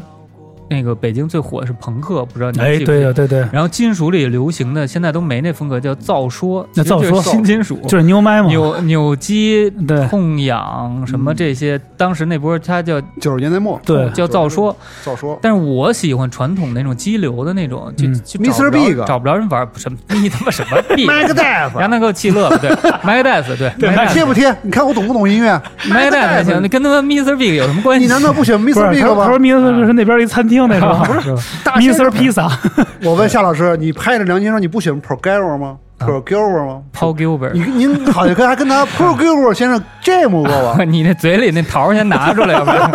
[SPEAKER 1] 那个北京最火的是朋克，不知道你们
[SPEAKER 2] 哎，
[SPEAKER 1] 记不记
[SPEAKER 2] 对
[SPEAKER 1] 得
[SPEAKER 2] 对对对，
[SPEAKER 1] 然后金属里流行的，现在都没那风格，叫造说，
[SPEAKER 2] 那
[SPEAKER 1] 其实就是
[SPEAKER 2] 造说
[SPEAKER 1] 新金属，
[SPEAKER 2] 就是嗯妞麦嘛，
[SPEAKER 1] 扭扭机、
[SPEAKER 2] 对
[SPEAKER 1] 痛痒什么这些，当时那波它叫
[SPEAKER 3] 九十年代末，
[SPEAKER 2] 嗯对
[SPEAKER 1] 叫造说，
[SPEAKER 3] 照说
[SPEAKER 1] 但是我喜欢传统那种激流的那种，就
[SPEAKER 2] 嗯
[SPEAKER 1] 就找不
[SPEAKER 3] Mr.
[SPEAKER 1] 着
[SPEAKER 3] Big
[SPEAKER 1] 找不着人玩，什么你他妈什么 Big，啊
[SPEAKER 3] ，Mac d a
[SPEAKER 1] <laughs> 让他给我气乐了，对，Mike Death，对
[SPEAKER 2] 对
[SPEAKER 1] Mike
[SPEAKER 3] 贴不贴？你看我懂不懂音乐？
[SPEAKER 1] Mike Death 行，那跟他妈 Mr. Big 有什么关
[SPEAKER 3] <laughs>
[SPEAKER 1] 系？
[SPEAKER 3] 你难道不选
[SPEAKER 2] 不
[SPEAKER 3] Mr.
[SPEAKER 2] 是
[SPEAKER 3] Big
[SPEAKER 2] 他他说
[SPEAKER 3] 吗？
[SPEAKER 2] Mr. 是那边一餐厅那
[SPEAKER 1] 啊
[SPEAKER 2] 种，不是
[SPEAKER 3] 大先生
[SPEAKER 2] Mr. Pizza <laughs>
[SPEAKER 3] 我问夏老师，你拍着梁先生，你不喜欢 Pro g a r o 吗
[SPEAKER 1] 啊
[SPEAKER 3] ？Pro g a r o 吗？
[SPEAKER 1] <laughs> Paul
[SPEAKER 3] 你
[SPEAKER 1] Gilbert？
[SPEAKER 3] 您好像跟还跟他 Pro g a r o 先生 jam 过吧？
[SPEAKER 1] <laughs> <laughs> 你那嘴里那桃儿先拿出来，要不然。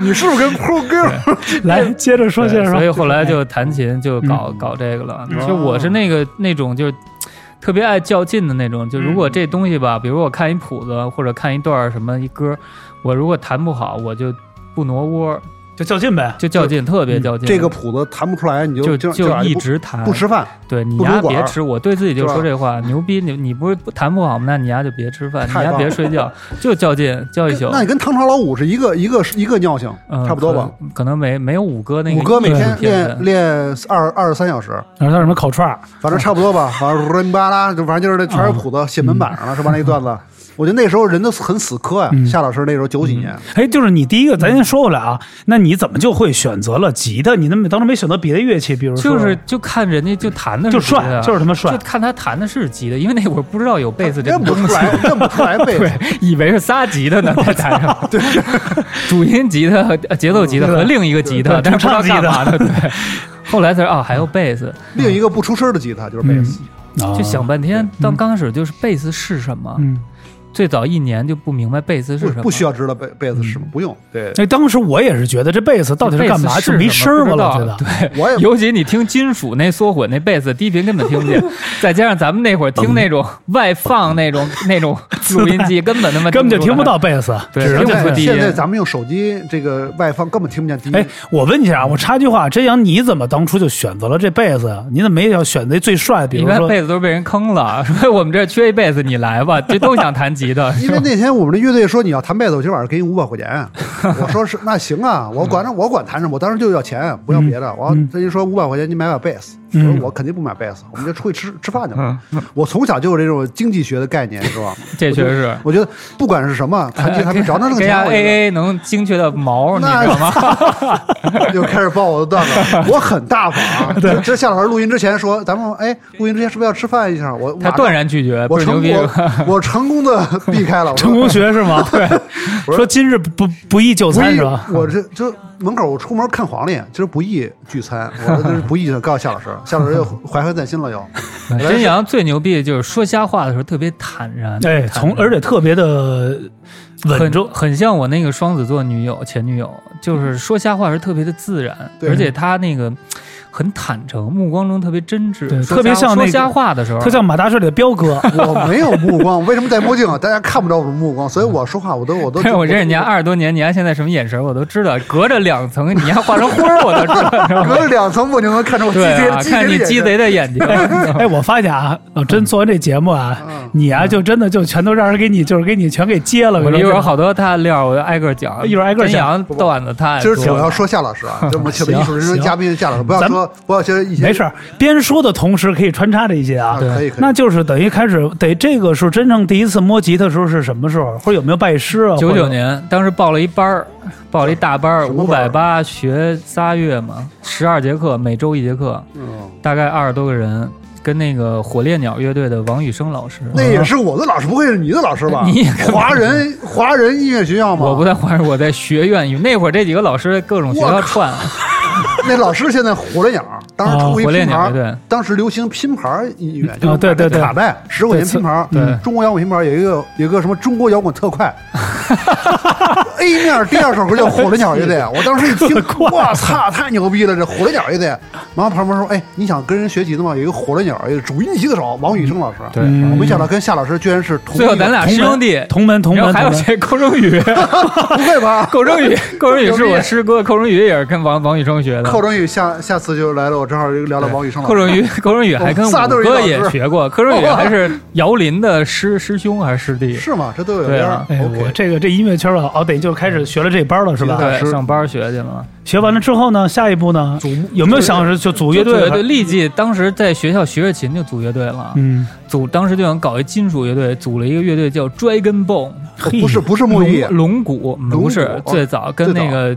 [SPEAKER 3] 你是不是跟 Pro g a r o
[SPEAKER 2] 来接着说，
[SPEAKER 1] 对
[SPEAKER 2] 接着说。
[SPEAKER 1] 所以后来就弹琴，就搞、搞这个了。就我是那个那种就是特别爱较劲的那种，就如果这东西吧，比如我看一谱子或者看一段什么一歌，我如果弹不好，我就不挪窝，
[SPEAKER 2] 就较劲呗。
[SPEAKER 1] 就较劲，特别较劲。
[SPEAKER 3] 这个谱子弹不出来，你
[SPEAKER 1] 就
[SPEAKER 3] 就就
[SPEAKER 1] 就
[SPEAKER 3] 就
[SPEAKER 1] 一直弹，
[SPEAKER 3] 不不吃饭。
[SPEAKER 1] 对你
[SPEAKER 3] 不
[SPEAKER 1] 丫
[SPEAKER 3] 撸管
[SPEAKER 1] 别
[SPEAKER 3] 儿
[SPEAKER 1] 吃，我对自己就是
[SPEAKER 3] 吧
[SPEAKER 1] 说这话，牛逼你你不是弹不好吗？那你丫就别吃饭，你
[SPEAKER 3] 太
[SPEAKER 1] 丫
[SPEAKER 3] 棒
[SPEAKER 1] 别
[SPEAKER 3] 了
[SPEAKER 1] 睡觉，就较劲较一宿。
[SPEAKER 3] 那你跟唐朝老五是一个一个一个尿性
[SPEAKER 1] 嗯，，
[SPEAKER 3] 差不多吧？
[SPEAKER 1] 可，可能没没有五哥那个
[SPEAKER 3] 五哥每天
[SPEAKER 1] 天
[SPEAKER 3] 练
[SPEAKER 1] 分
[SPEAKER 3] 练二二十三小时，
[SPEAKER 2] 然后叫什么烤串儿，
[SPEAKER 3] 反正差不多吧。反
[SPEAKER 1] <laughs>
[SPEAKER 3] 正伦巴拉，就反正就是那
[SPEAKER 1] 嗯
[SPEAKER 3] 全是谱子，写门板上了，是吧？那一段子，我觉得那时候人都很死磕呀
[SPEAKER 2] 嗯。
[SPEAKER 3] 夏老师那时候九几年，
[SPEAKER 2] 哎，就是你第一个，
[SPEAKER 1] 嗯
[SPEAKER 2] 咱先说回来啊，那你怎么就会选择了吉他？你那么当时没选择别的乐器，比如说
[SPEAKER 1] 就是就看人家就弹的
[SPEAKER 2] 就是
[SPEAKER 1] 吉
[SPEAKER 2] 帅，
[SPEAKER 1] 他
[SPEAKER 2] 就是他妈帅
[SPEAKER 1] 啊就。看他弹的是吉的，因为那会儿不知道有贝斯这
[SPEAKER 3] 认
[SPEAKER 1] 个
[SPEAKER 3] 不
[SPEAKER 1] 东
[SPEAKER 3] 出
[SPEAKER 1] 西， <laughs>
[SPEAKER 3] 来，认不出来贝斯。
[SPEAKER 1] 对，以为是仨吉的呢，在台上，对，主音吉他和呃节奏吉他和另一个吉他，
[SPEAKER 2] 对
[SPEAKER 1] 但是不知道
[SPEAKER 2] 主唱吉
[SPEAKER 1] 干嘛的，对。后来才知道哦，还有贝斯，
[SPEAKER 3] 另一个不出声的吉他就是贝
[SPEAKER 1] 嗯
[SPEAKER 3] 斯，
[SPEAKER 2] 啊
[SPEAKER 1] 就想半天。当刚开始就是贝斯是什么，
[SPEAKER 2] 嗯，
[SPEAKER 1] 最早一年就不明白贝斯是什么，嗯
[SPEAKER 3] 不不需要知道贝贝斯是吗？不用，
[SPEAKER 1] <laughs>
[SPEAKER 3] 对，
[SPEAKER 2] 哎，当时我也是觉得这贝斯到底是干嘛，
[SPEAKER 1] 贝斯
[SPEAKER 2] 就是没
[SPEAKER 1] 什
[SPEAKER 2] 声
[SPEAKER 1] 么
[SPEAKER 2] 儿嘛，
[SPEAKER 1] 不
[SPEAKER 2] 老
[SPEAKER 1] 知道
[SPEAKER 2] 觉得。哎
[SPEAKER 3] 我也
[SPEAKER 1] 尤其你听金属那缩混那贝斯低频根本听不见，
[SPEAKER 2] <laughs>
[SPEAKER 1] 再加上咱们那会儿听那种外放那种那种录音机，根本他妈
[SPEAKER 2] 嗯根本就听不
[SPEAKER 1] 出来。
[SPEAKER 2] 到贝斯，
[SPEAKER 1] 对
[SPEAKER 2] 只能
[SPEAKER 1] 听不
[SPEAKER 2] 听
[SPEAKER 1] 出
[SPEAKER 2] 见
[SPEAKER 3] 现
[SPEAKER 1] 来
[SPEAKER 3] 在
[SPEAKER 1] 低
[SPEAKER 3] 现在
[SPEAKER 1] 音
[SPEAKER 3] 咱们用手机这个外放根本听不见低
[SPEAKER 2] 哎
[SPEAKER 3] 音。，
[SPEAKER 2] 我问一下啊，我插句话，真阳，你怎么当初就选择了这贝斯啊呀？你怎么没要选择最帅？比
[SPEAKER 1] 一
[SPEAKER 2] 如
[SPEAKER 1] 般
[SPEAKER 2] 说，
[SPEAKER 1] 贝斯都是被人坑了， <laughs> 说我们这儿缺一贝斯，你来吧，这都想弹吉的。
[SPEAKER 3] <laughs> 因为那天我们的乐队说你要弹贝斯，我今晚上给你五百块钱。 <laughs> 我说是那行啊，我管着
[SPEAKER 1] 嗯
[SPEAKER 3] 我管弹什么，我当时就要钱，不要别的。我
[SPEAKER 2] 嗯
[SPEAKER 3] 他就说五百块钱你买把贝斯，我
[SPEAKER 2] 嗯
[SPEAKER 3] 说我肯定不买贝斯，我们就出去吃 <laughs> 吃饭去了。我从小就有这种经济学的概念，是吧？
[SPEAKER 1] 嗯 <laughs> 这确实是。哎
[SPEAKER 3] 我觉得不管是什么，弹琴还
[SPEAKER 1] <laughs>
[SPEAKER 3] 没找那挣
[SPEAKER 1] 跟
[SPEAKER 3] 钱
[SPEAKER 1] 家，
[SPEAKER 3] 我觉得 <laughs>
[SPEAKER 1] A A 能精确到毛，你
[SPEAKER 3] 那
[SPEAKER 1] 知道吗？
[SPEAKER 3] 又开始爆我的段子，我很大方
[SPEAKER 1] <laughs>
[SPEAKER 3] 啊。这这夏老师录音之前说，咱们哎，录音之前是不是要吃饭一下？我
[SPEAKER 1] <laughs> 他断，然拒绝，
[SPEAKER 3] 我
[SPEAKER 1] 不是牛
[SPEAKER 3] 成
[SPEAKER 1] 逼。 <laughs>
[SPEAKER 3] 我我成功的避开了。我说
[SPEAKER 2] 成功学是吗？对，
[SPEAKER 3] 不
[SPEAKER 2] <laughs>
[SPEAKER 3] 是
[SPEAKER 2] 说今日不不宜就
[SPEAKER 3] 不
[SPEAKER 2] 餐
[SPEAKER 3] 易
[SPEAKER 2] 是吧？，
[SPEAKER 3] 我这就门口我出门看黄历，就是不易聚餐，我
[SPEAKER 1] <laughs>
[SPEAKER 3] 说这是不易聚餐，告诉夏老师，夏老师又怀恨在心了又。
[SPEAKER 1] 真阳最牛逼的就是说瞎话的时候特别坦然，
[SPEAKER 2] 哎，从而且特别的稳
[SPEAKER 1] 很
[SPEAKER 2] 重，嗯
[SPEAKER 1] 很像我那个双子座女友前女友，就是说瞎话时特别的自然，
[SPEAKER 3] 对
[SPEAKER 1] 而且她那个很坦诚，目光中特别真挚，
[SPEAKER 2] 对
[SPEAKER 1] 说瞎
[SPEAKER 2] 特别像那
[SPEAKER 1] 说
[SPEAKER 2] 个
[SPEAKER 1] 瞎话的时候，
[SPEAKER 2] 他像马大帅里的彪哥，
[SPEAKER 1] <laughs>
[SPEAKER 3] 我没有目光，为什么戴墨镜啊？大家看不着我的目光，所以我说话我都我都
[SPEAKER 1] 但是 <laughs> 我认识你家啊二十多年，你家现在什么眼神我都知道，隔着两层，你家化成灰儿我都知
[SPEAKER 2] <laughs>
[SPEAKER 1] 道，是吧
[SPEAKER 3] 隔着两层墨镜能看着我鸡
[SPEAKER 1] 对
[SPEAKER 3] 贼
[SPEAKER 1] 啊，
[SPEAKER 3] 鸡
[SPEAKER 1] 看你
[SPEAKER 3] 贼
[SPEAKER 1] 鸡
[SPEAKER 3] 的眼神。
[SPEAKER 1] 贼的眼
[SPEAKER 2] <laughs>
[SPEAKER 1] 睛，
[SPEAKER 2] 哎，我发现啊，老真做完这节目啊
[SPEAKER 3] 嗯，
[SPEAKER 2] 你啊就真的就全都让人给你就是给你全给接了，
[SPEAKER 1] 我
[SPEAKER 2] 跟你
[SPEAKER 1] 一
[SPEAKER 2] 说
[SPEAKER 1] 会儿好多他料，我就挨个儿讲，
[SPEAKER 2] 一会儿挨个儿讲
[SPEAKER 1] 真阳段子太
[SPEAKER 3] 今儿
[SPEAKER 1] 多了
[SPEAKER 3] 请我要说夏老师
[SPEAKER 1] <laughs>
[SPEAKER 3] 啊，就我们请的艺术人生
[SPEAKER 2] 行
[SPEAKER 3] 嘉宾夏老师，不要
[SPEAKER 2] 咱们
[SPEAKER 3] 说不要说以前
[SPEAKER 2] 没事儿，边说的同时可以穿插这些啊
[SPEAKER 3] 啊，。可以可以。
[SPEAKER 2] 那就是等于开始得这个时候真正第一次摸吉他的时候是什么时候，或者有没有拜师啊？
[SPEAKER 1] 九
[SPEAKER 2] 或
[SPEAKER 1] 九
[SPEAKER 2] 者
[SPEAKER 1] 年，当时报了一班儿，报了一大班儿，
[SPEAKER 3] 什
[SPEAKER 1] 五
[SPEAKER 3] 么
[SPEAKER 1] 百
[SPEAKER 3] 班啊
[SPEAKER 1] 八学仨月嘛，十二节课，每周一节课，
[SPEAKER 3] 嗯
[SPEAKER 1] 大概二十多个人，跟那个火烈鸟乐队的王宇生老师。啊
[SPEAKER 3] 那也是我的老师，不会是你的老师吧？
[SPEAKER 1] 你也跟
[SPEAKER 3] 华人华人音乐学校吗？
[SPEAKER 1] 我不在华师，我在学院。那会儿这几个老师各种学校串，啊
[SPEAKER 3] 那老师现在火烈鸟，当时出过一
[SPEAKER 1] 火烈
[SPEAKER 3] 拼
[SPEAKER 1] 鸟乐
[SPEAKER 3] 盘，
[SPEAKER 1] 队。
[SPEAKER 3] 当时流行拼盘音乐，就是
[SPEAKER 2] 啊对对对
[SPEAKER 3] 卡带十块钱拼盘，
[SPEAKER 1] 对
[SPEAKER 3] 嗯中国摇滚拼盘有一个有一个什么中国摇滚特快，A 面第二首歌叫火烈鸟乐队，我当时一听，我操，太牛逼了，这火烈鸟乐队。然后旁边说，哎，你想跟人学吉他吗？有一个火烈鸟乐队主音吉他手王宇生老师，
[SPEAKER 1] 对
[SPEAKER 2] 嗯
[SPEAKER 3] 我没想到跟夏老师居然是同一
[SPEAKER 1] 最后咱
[SPEAKER 3] 个，
[SPEAKER 1] 俩
[SPEAKER 2] 同
[SPEAKER 1] 啊师
[SPEAKER 2] 门
[SPEAKER 1] 兄弟，
[SPEAKER 2] 同门同
[SPEAKER 1] 然后
[SPEAKER 2] 门同
[SPEAKER 1] 还有
[SPEAKER 2] 门，
[SPEAKER 1] 谁？寇中
[SPEAKER 3] <laughs>
[SPEAKER 1] 宇，
[SPEAKER 3] 不会吧？
[SPEAKER 1] <laughs> 寇
[SPEAKER 3] <laughs>
[SPEAKER 1] 中宇，寇中宇是我师哥，寇中宇也是跟王王宇生学的。
[SPEAKER 3] 寇正宇下下次就来了，我正好聊聊王宇生老
[SPEAKER 1] 寇
[SPEAKER 3] 师。
[SPEAKER 1] 中宇，寇中宇还跟
[SPEAKER 3] 我们
[SPEAKER 1] 我
[SPEAKER 3] 仨都是一
[SPEAKER 1] 哥
[SPEAKER 3] 老师
[SPEAKER 1] 也学过，寇
[SPEAKER 3] <laughs>
[SPEAKER 1] 中宇还是姚林的师师兄还是师弟？
[SPEAKER 3] 是吗？这都有
[SPEAKER 1] 对
[SPEAKER 3] 边
[SPEAKER 1] 啊
[SPEAKER 3] 儿。
[SPEAKER 2] 哎，我
[SPEAKER 3] OK，
[SPEAKER 2] 这个这音乐圈啊，哦，得就开始学了这班了，是吧？
[SPEAKER 1] 对，
[SPEAKER 3] 是
[SPEAKER 1] 上班学去了。
[SPEAKER 2] 学完了之后呢，下一步呢，有没有想是就组乐
[SPEAKER 1] 乐
[SPEAKER 2] 队
[SPEAKER 1] 队
[SPEAKER 2] 了？
[SPEAKER 1] 对，
[SPEAKER 3] 嗯
[SPEAKER 1] 立即当时在学校学着琴就组乐队了，
[SPEAKER 2] 嗯，
[SPEAKER 1] 组当时就想搞一金属乐队，组了一个乐队叫 Dragon Bone，
[SPEAKER 2] 嘿
[SPEAKER 3] 不是不是木易
[SPEAKER 1] 龙，龙骨
[SPEAKER 3] 哦
[SPEAKER 1] 嗯
[SPEAKER 3] 龙骨
[SPEAKER 1] 不是
[SPEAKER 3] 哦
[SPEAKER 1] 最早跟那
[SPEAKER 3] 最早
[SPEAKER 1] 个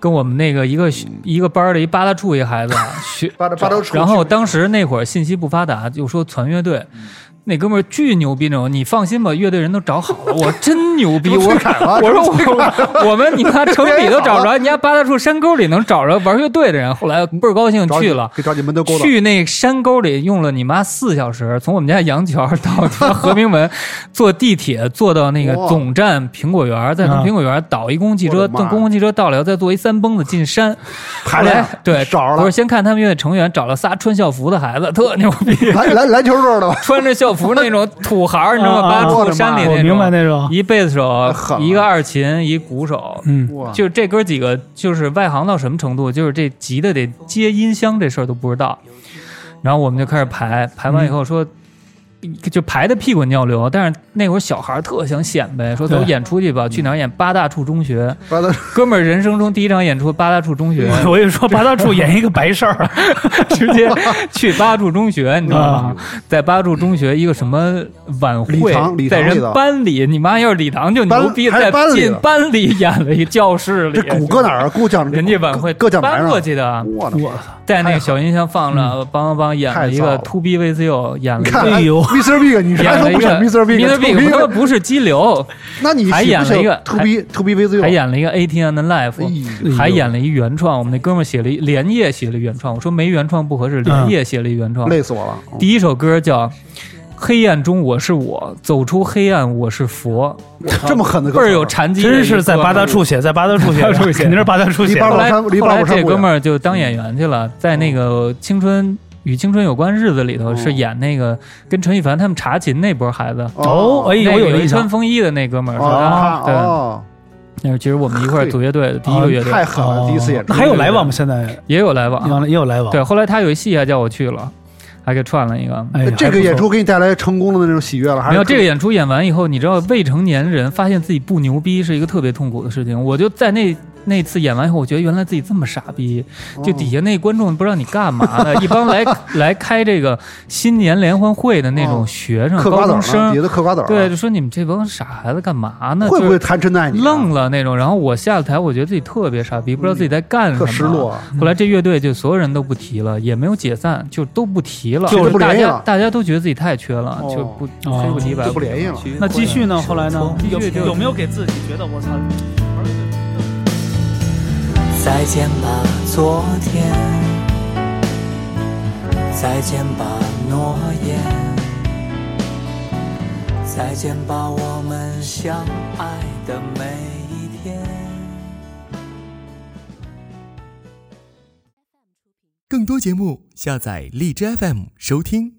[SPEAKER 1] 跟我们那个一个学一个班儿的一八大处
[SPEAKER 3] <laughs>
[SPEAKER 1] 一孩子学
[SPEAKER 3] 八大八大处
[SPEAKER 1] 然后当时那会儿信息不发达，就说传乐队。
[SPEAKER 3] 嗯
[SPEAKER 1] 那哥们儿巨牛逼那种，你放心吧，乐队人都找好了，我真牛逼，
[SPEAKER 3] 这不
[SPEAKER 1] 我
[SPEAKER 3] 崔凯吗
[SPEAKER 1] 我说我我们你妈城里都找不着，人家八大处山沟里能找着玩乐队的人，后来倍儿高兴
[SPEAKER 3] 找你
[SPEAKER 1] 去了，
[SPEAKER 3] 给找你门头沟了。
[SPEAKER 1] 去那山沟里用了你妈四小时，从我们家杨桥到他妈和平门，坐地铁坐到那个
[SPEAKER 3] 哇
[SPEAKER 1] 总站苹果园，再从
[SPEAKER 2] 嗯
[SPEAKER 1] 苹果园倒一公共汽
[SPEAKER 3] 我的
[SPEAKER 1] 车，
[SPEAKER 3] 妈
[SPEAKER 1] 坐公共汽车到了以后，再坐一三蹦子进山。
[SPEAKER 3] 排
[SPEAKER 1] 后
[SPEAKER 3] 练
[SPEAKER 1] 来对
[SPEAKER 3] 找着
[SPEAKER 1] 不
[SPEAKER 3] 了
[SPEAKER 1] 是先看他们乐队成员，找了仨穿校服的孩子，特牛
[SPEAKER 3] <laughs>
[SPEAKER 1] 逼，
[SPEAKER 3] 篮篮篮球队
[SPEAKER 1] <laughs>
[SPEAKER 3] 的吧？
[SPEAKER 1] 穿着校服那种土孩儿，你知道吗？
[SPEAKER 2] 啊啊
[SPEAKER 1] 八
[SPEAKER 3] 我
[SPEAKER 1] 处
[SPEAKER 3] 的妈
[SPEAKER 1] 山里
[SPEAKER 2] 我
[SPEAKER 1] 那
[SPEAKER 2] 明白
[SPEAKER 1] 种，
[SPEAKER 2] 那种，
[SPEAKER 1] 一贝斯手
[SPEAKER 3] 狠，了啊
[SPEAKER 1] 一个二琴，一鼓手。
[SPEAKER 2] 嗯，
[SPEAKER 3] 哇
[SPEAKER 1] 就这哥几个，就是外行到什么程度，就是这急的得接音箱这事儿都不知道。然后我们就开始排，排完以后说，就排的屁滚尿流。但是那会儿小孩儿特想显
[SPEAKER 2] <laughs>
[SPEAKER 1] 摆，说
[SPEAKER 2] 对
[SPEAKER 1] 走演出去吧，去哪儿演？八大处中学，
[SPEAKER 3] 完了，
[SPEAKER 1] 哥们儿人生中第一场演出八大处中学，
[SPEAKER 2] <laughs> 我跟你说，八大处演一个白事儿，
[SPEAKER 1] 直接去八大处中学，你知道
[SPEAKER 2] 啊
[SPEAKER 1] 吗？在八大处中学一个什么晚
[SPEAKER 3] 礼
[SPEAKER 1] 会
[SPEAKER 3] 堂礼，堂
[SPEAKER 1] 在
[SPEAKER 3] 里
[SPEAKER 1] 人
[SPEAKER 3] 头
[SPEAKER 1] 班里，你妈要是礼堂就牛
[SPEAKER 3] 班
[SPEAKER 1] 逼，
[SPEAKER 3] 还是
[SPEAKER 1] 在
[SPEAKER 3] 班里
[SPEAKER 1] 进
[SPEAKER 3] 的
[SPEAKER 1] 班里演了一教室里
[SPEAKER 3] 这，鼓搁哪儿？啊鼓讲
[SPEAKER 1] 人家晚会
[SPEAKER 3] 搁讲台
[SPEAKER 1] 搬
[SPEAKER 3] 上
[SPEAKER 1] 过。去的，
[SPEAKER 3] 我的妈！
[SPEAKER 1] 在那个小音箱放着，梆梆梆演了一
[SPEAKER 3] 太燥
[SPEAKER 1] 个
[SPEAKER 3] 了
[SPEAKER 1] To Be With You，演了
[SPEAKER 3] 你
[SPEAKER 1] 一个。
[SPEAKER 3] 看
[SPEAKER 2] 哎呦
[SPEAKER 3] ，Mr. Big，你
[SPEAKER 1] <laughs>
[SPEAKER 3] 还说
[SPEAKER 1] 演了一
[SPEAKER 3] 不选
[SPEAKER 1] 个
[SPEAKER 3] Mr. Big？Mr.
[SPEAKER 1] Big，我他妈不是激流，
[SPEAKER 3] 那你
[SPEAKER 1] 还演了一个
[SPEAKER 3] To B To B V Z，
[SPEAKER 1] 还演了一个18 and
[SPEAKER 3] 哎
[SPEAKER 1] Life，
[SPEAKER 3] 呦
[SPEAKER 1] 还演了一原创。我们那哥们儿写了一连夜写了一原创，我说没原创不合适，连夜写了一原创。
[SPEAKER 3] 累死我了。
[SPEAKER 1] 第一首歌叫《黑暗中我是我，走出黑暗我是佛
[SPEAKER 3] 这么狠的》，
[SPEAKER 1] <laughs> 倍
[SPEAKER 3] 歌手
[SPEAKER 1] 儿
[SPEAKER 3] 啊
[SPEAKER 1] 有禅机的一哥们儿。
[SPEAKER 2] 真是在八大处写，在八大处写，
[SPEAKER 1] 八大处写
[SPEAKER 2] 肯定是八大处写
[SPEAKER 3] 离八
[SPEAKER 1] 后
[SPEAKER 2] 的。
[SPEAKER 3] 大
[SPEAKER 1] 来
[SPEAKER 3] 山离
[SPEAKER 1] 后
[SPEAKER 3] 八
[SPEAKER 1] 来
[SPEAKER 3] 宝山
[SPEAKER 1] 这
[SPEAKER 3] 不
[SPEAKER 1] 哥
[SPEAKER 3] 远
[SPEAKER 1] 们儿就当演员去了，在那个青春。与青春有关日子里头
[SPEAKER 3] 哦
[SPEAKER 1] 是演那个跟陈羽凡他们查琴那波孩子，
[SPEAKER 2] 哦，哎，
[SPEAKER 1] 那
[SPEAKER 2] 我
[SPEAKER 1] 个
[SPEAKER 2] 有
[SPEAKER 1] 一
[SPEAKER 2] 印
[SPEAKER 1] 穿
[SPEAKER 2] 象，
[SPEAKER 1] 风衣的那哥们儿是
[SPEAKER 3] 哦
[SPEAKER 1] 吧？对，
[SPEAKER 3] 哦，啊
[SPEAKER 1] 那是其实我们一块儿组乐队的第一个乐
[SPEAKER 3] 太嗯
[SPEAKER 1] 队，
[SPEAKER 3] 狠了，第一次演
[SPEAKER 2] 哦那
[SPEAKER 3] 出。啊
[SPEAKER 2] 还有来往吗？现在
[SPEAKER 1] 也有来往。
[SPEAKER 2] 也有来往。
[SPEAKER 1] 对，后来他有一戏还叫我去了，还给串了一个。
[SPEAKER 2] 哎呀，还
[SPEAKER 3] 这个
[SPEAKER 2] 不错
[SPEAKER 3] 演出给你带来成功的那种喜悦了，还
[SPEAKER 1] 没
[SPEAKER 3] 是
[SPEAKER 1] 有这个演出演完以后，你知道未成年人发现自己不牛逼是一个特别痛苦的事情。我就在那那次演完以后，我觉得原来自己这么傻逼，
[SPEAKER 3] 哦嗯
[SPEAKER 1] 就底下那观众不知道你干嘛
[SPEAKER 3] <laughs>
[SPEAKER 1] 的，一帮来来开这个新年联欢会的那
[SPEAKER 3] 哦
[SPEAKER 1] 种学生、
[SPEAKER 3] 嗑瓜
[SPEAKER 1] 高
[SPEAKER 3] 子
[SPEAKER 1] 中
[SPEAKER 3] 儿呢，底
[SPEAKER 1] 生，
[SPEAKER 3] 下嗑瓜子儿呢。啊
[SPEAKER 1] 对，就说你们这帮傻孩子干嘛呢？
[SPEAKER 3] 会不会
[SPEAKER 1] 就
[SPEAKER 3] 弹真爱你啊？嗯
[SPEAKER 1] 是愣了那种？然后我下了台，我觉得自己特别傻逼，不知道自己在干什
[SPEAKER 3] 特
[SPEAKER 1] 么。
[SPEAKER 3] 失落。
[SPEAKER 1] 后来这乐队就所有人都不提了，也没有解散，就都不提了，
[SPEAKER 3] 就是不
[SPEAKER 1] 大
[SPEAKER 3] 联系
[SPEAKER 1] 家
[SPEAKER 3] 了
[SPEAKER 1] 大家都觉得自己太缺了，
[SPEAKER 3] 哦
[SPEAKER 1] 就不
[SPEAKER 2] 哦
[SPEAKER 1] 黑不提白
[SPEAKER 3] 就不
[SPEAKER 1] 不提
[SPEAKER 3] 联系了。
[SPEAKER 2] 那继续呢？后来呢？有
[SPEAKER 1] 继续就
[SPEAKER 2] 有没有给自己觉得我操？
[SPEAKER 4] 再见吧，昨天；再见吧，诺言；再见吧，我们相爱的每一天。
[SPEAKER 5] 更多节目，下载荔枝 FM 收听。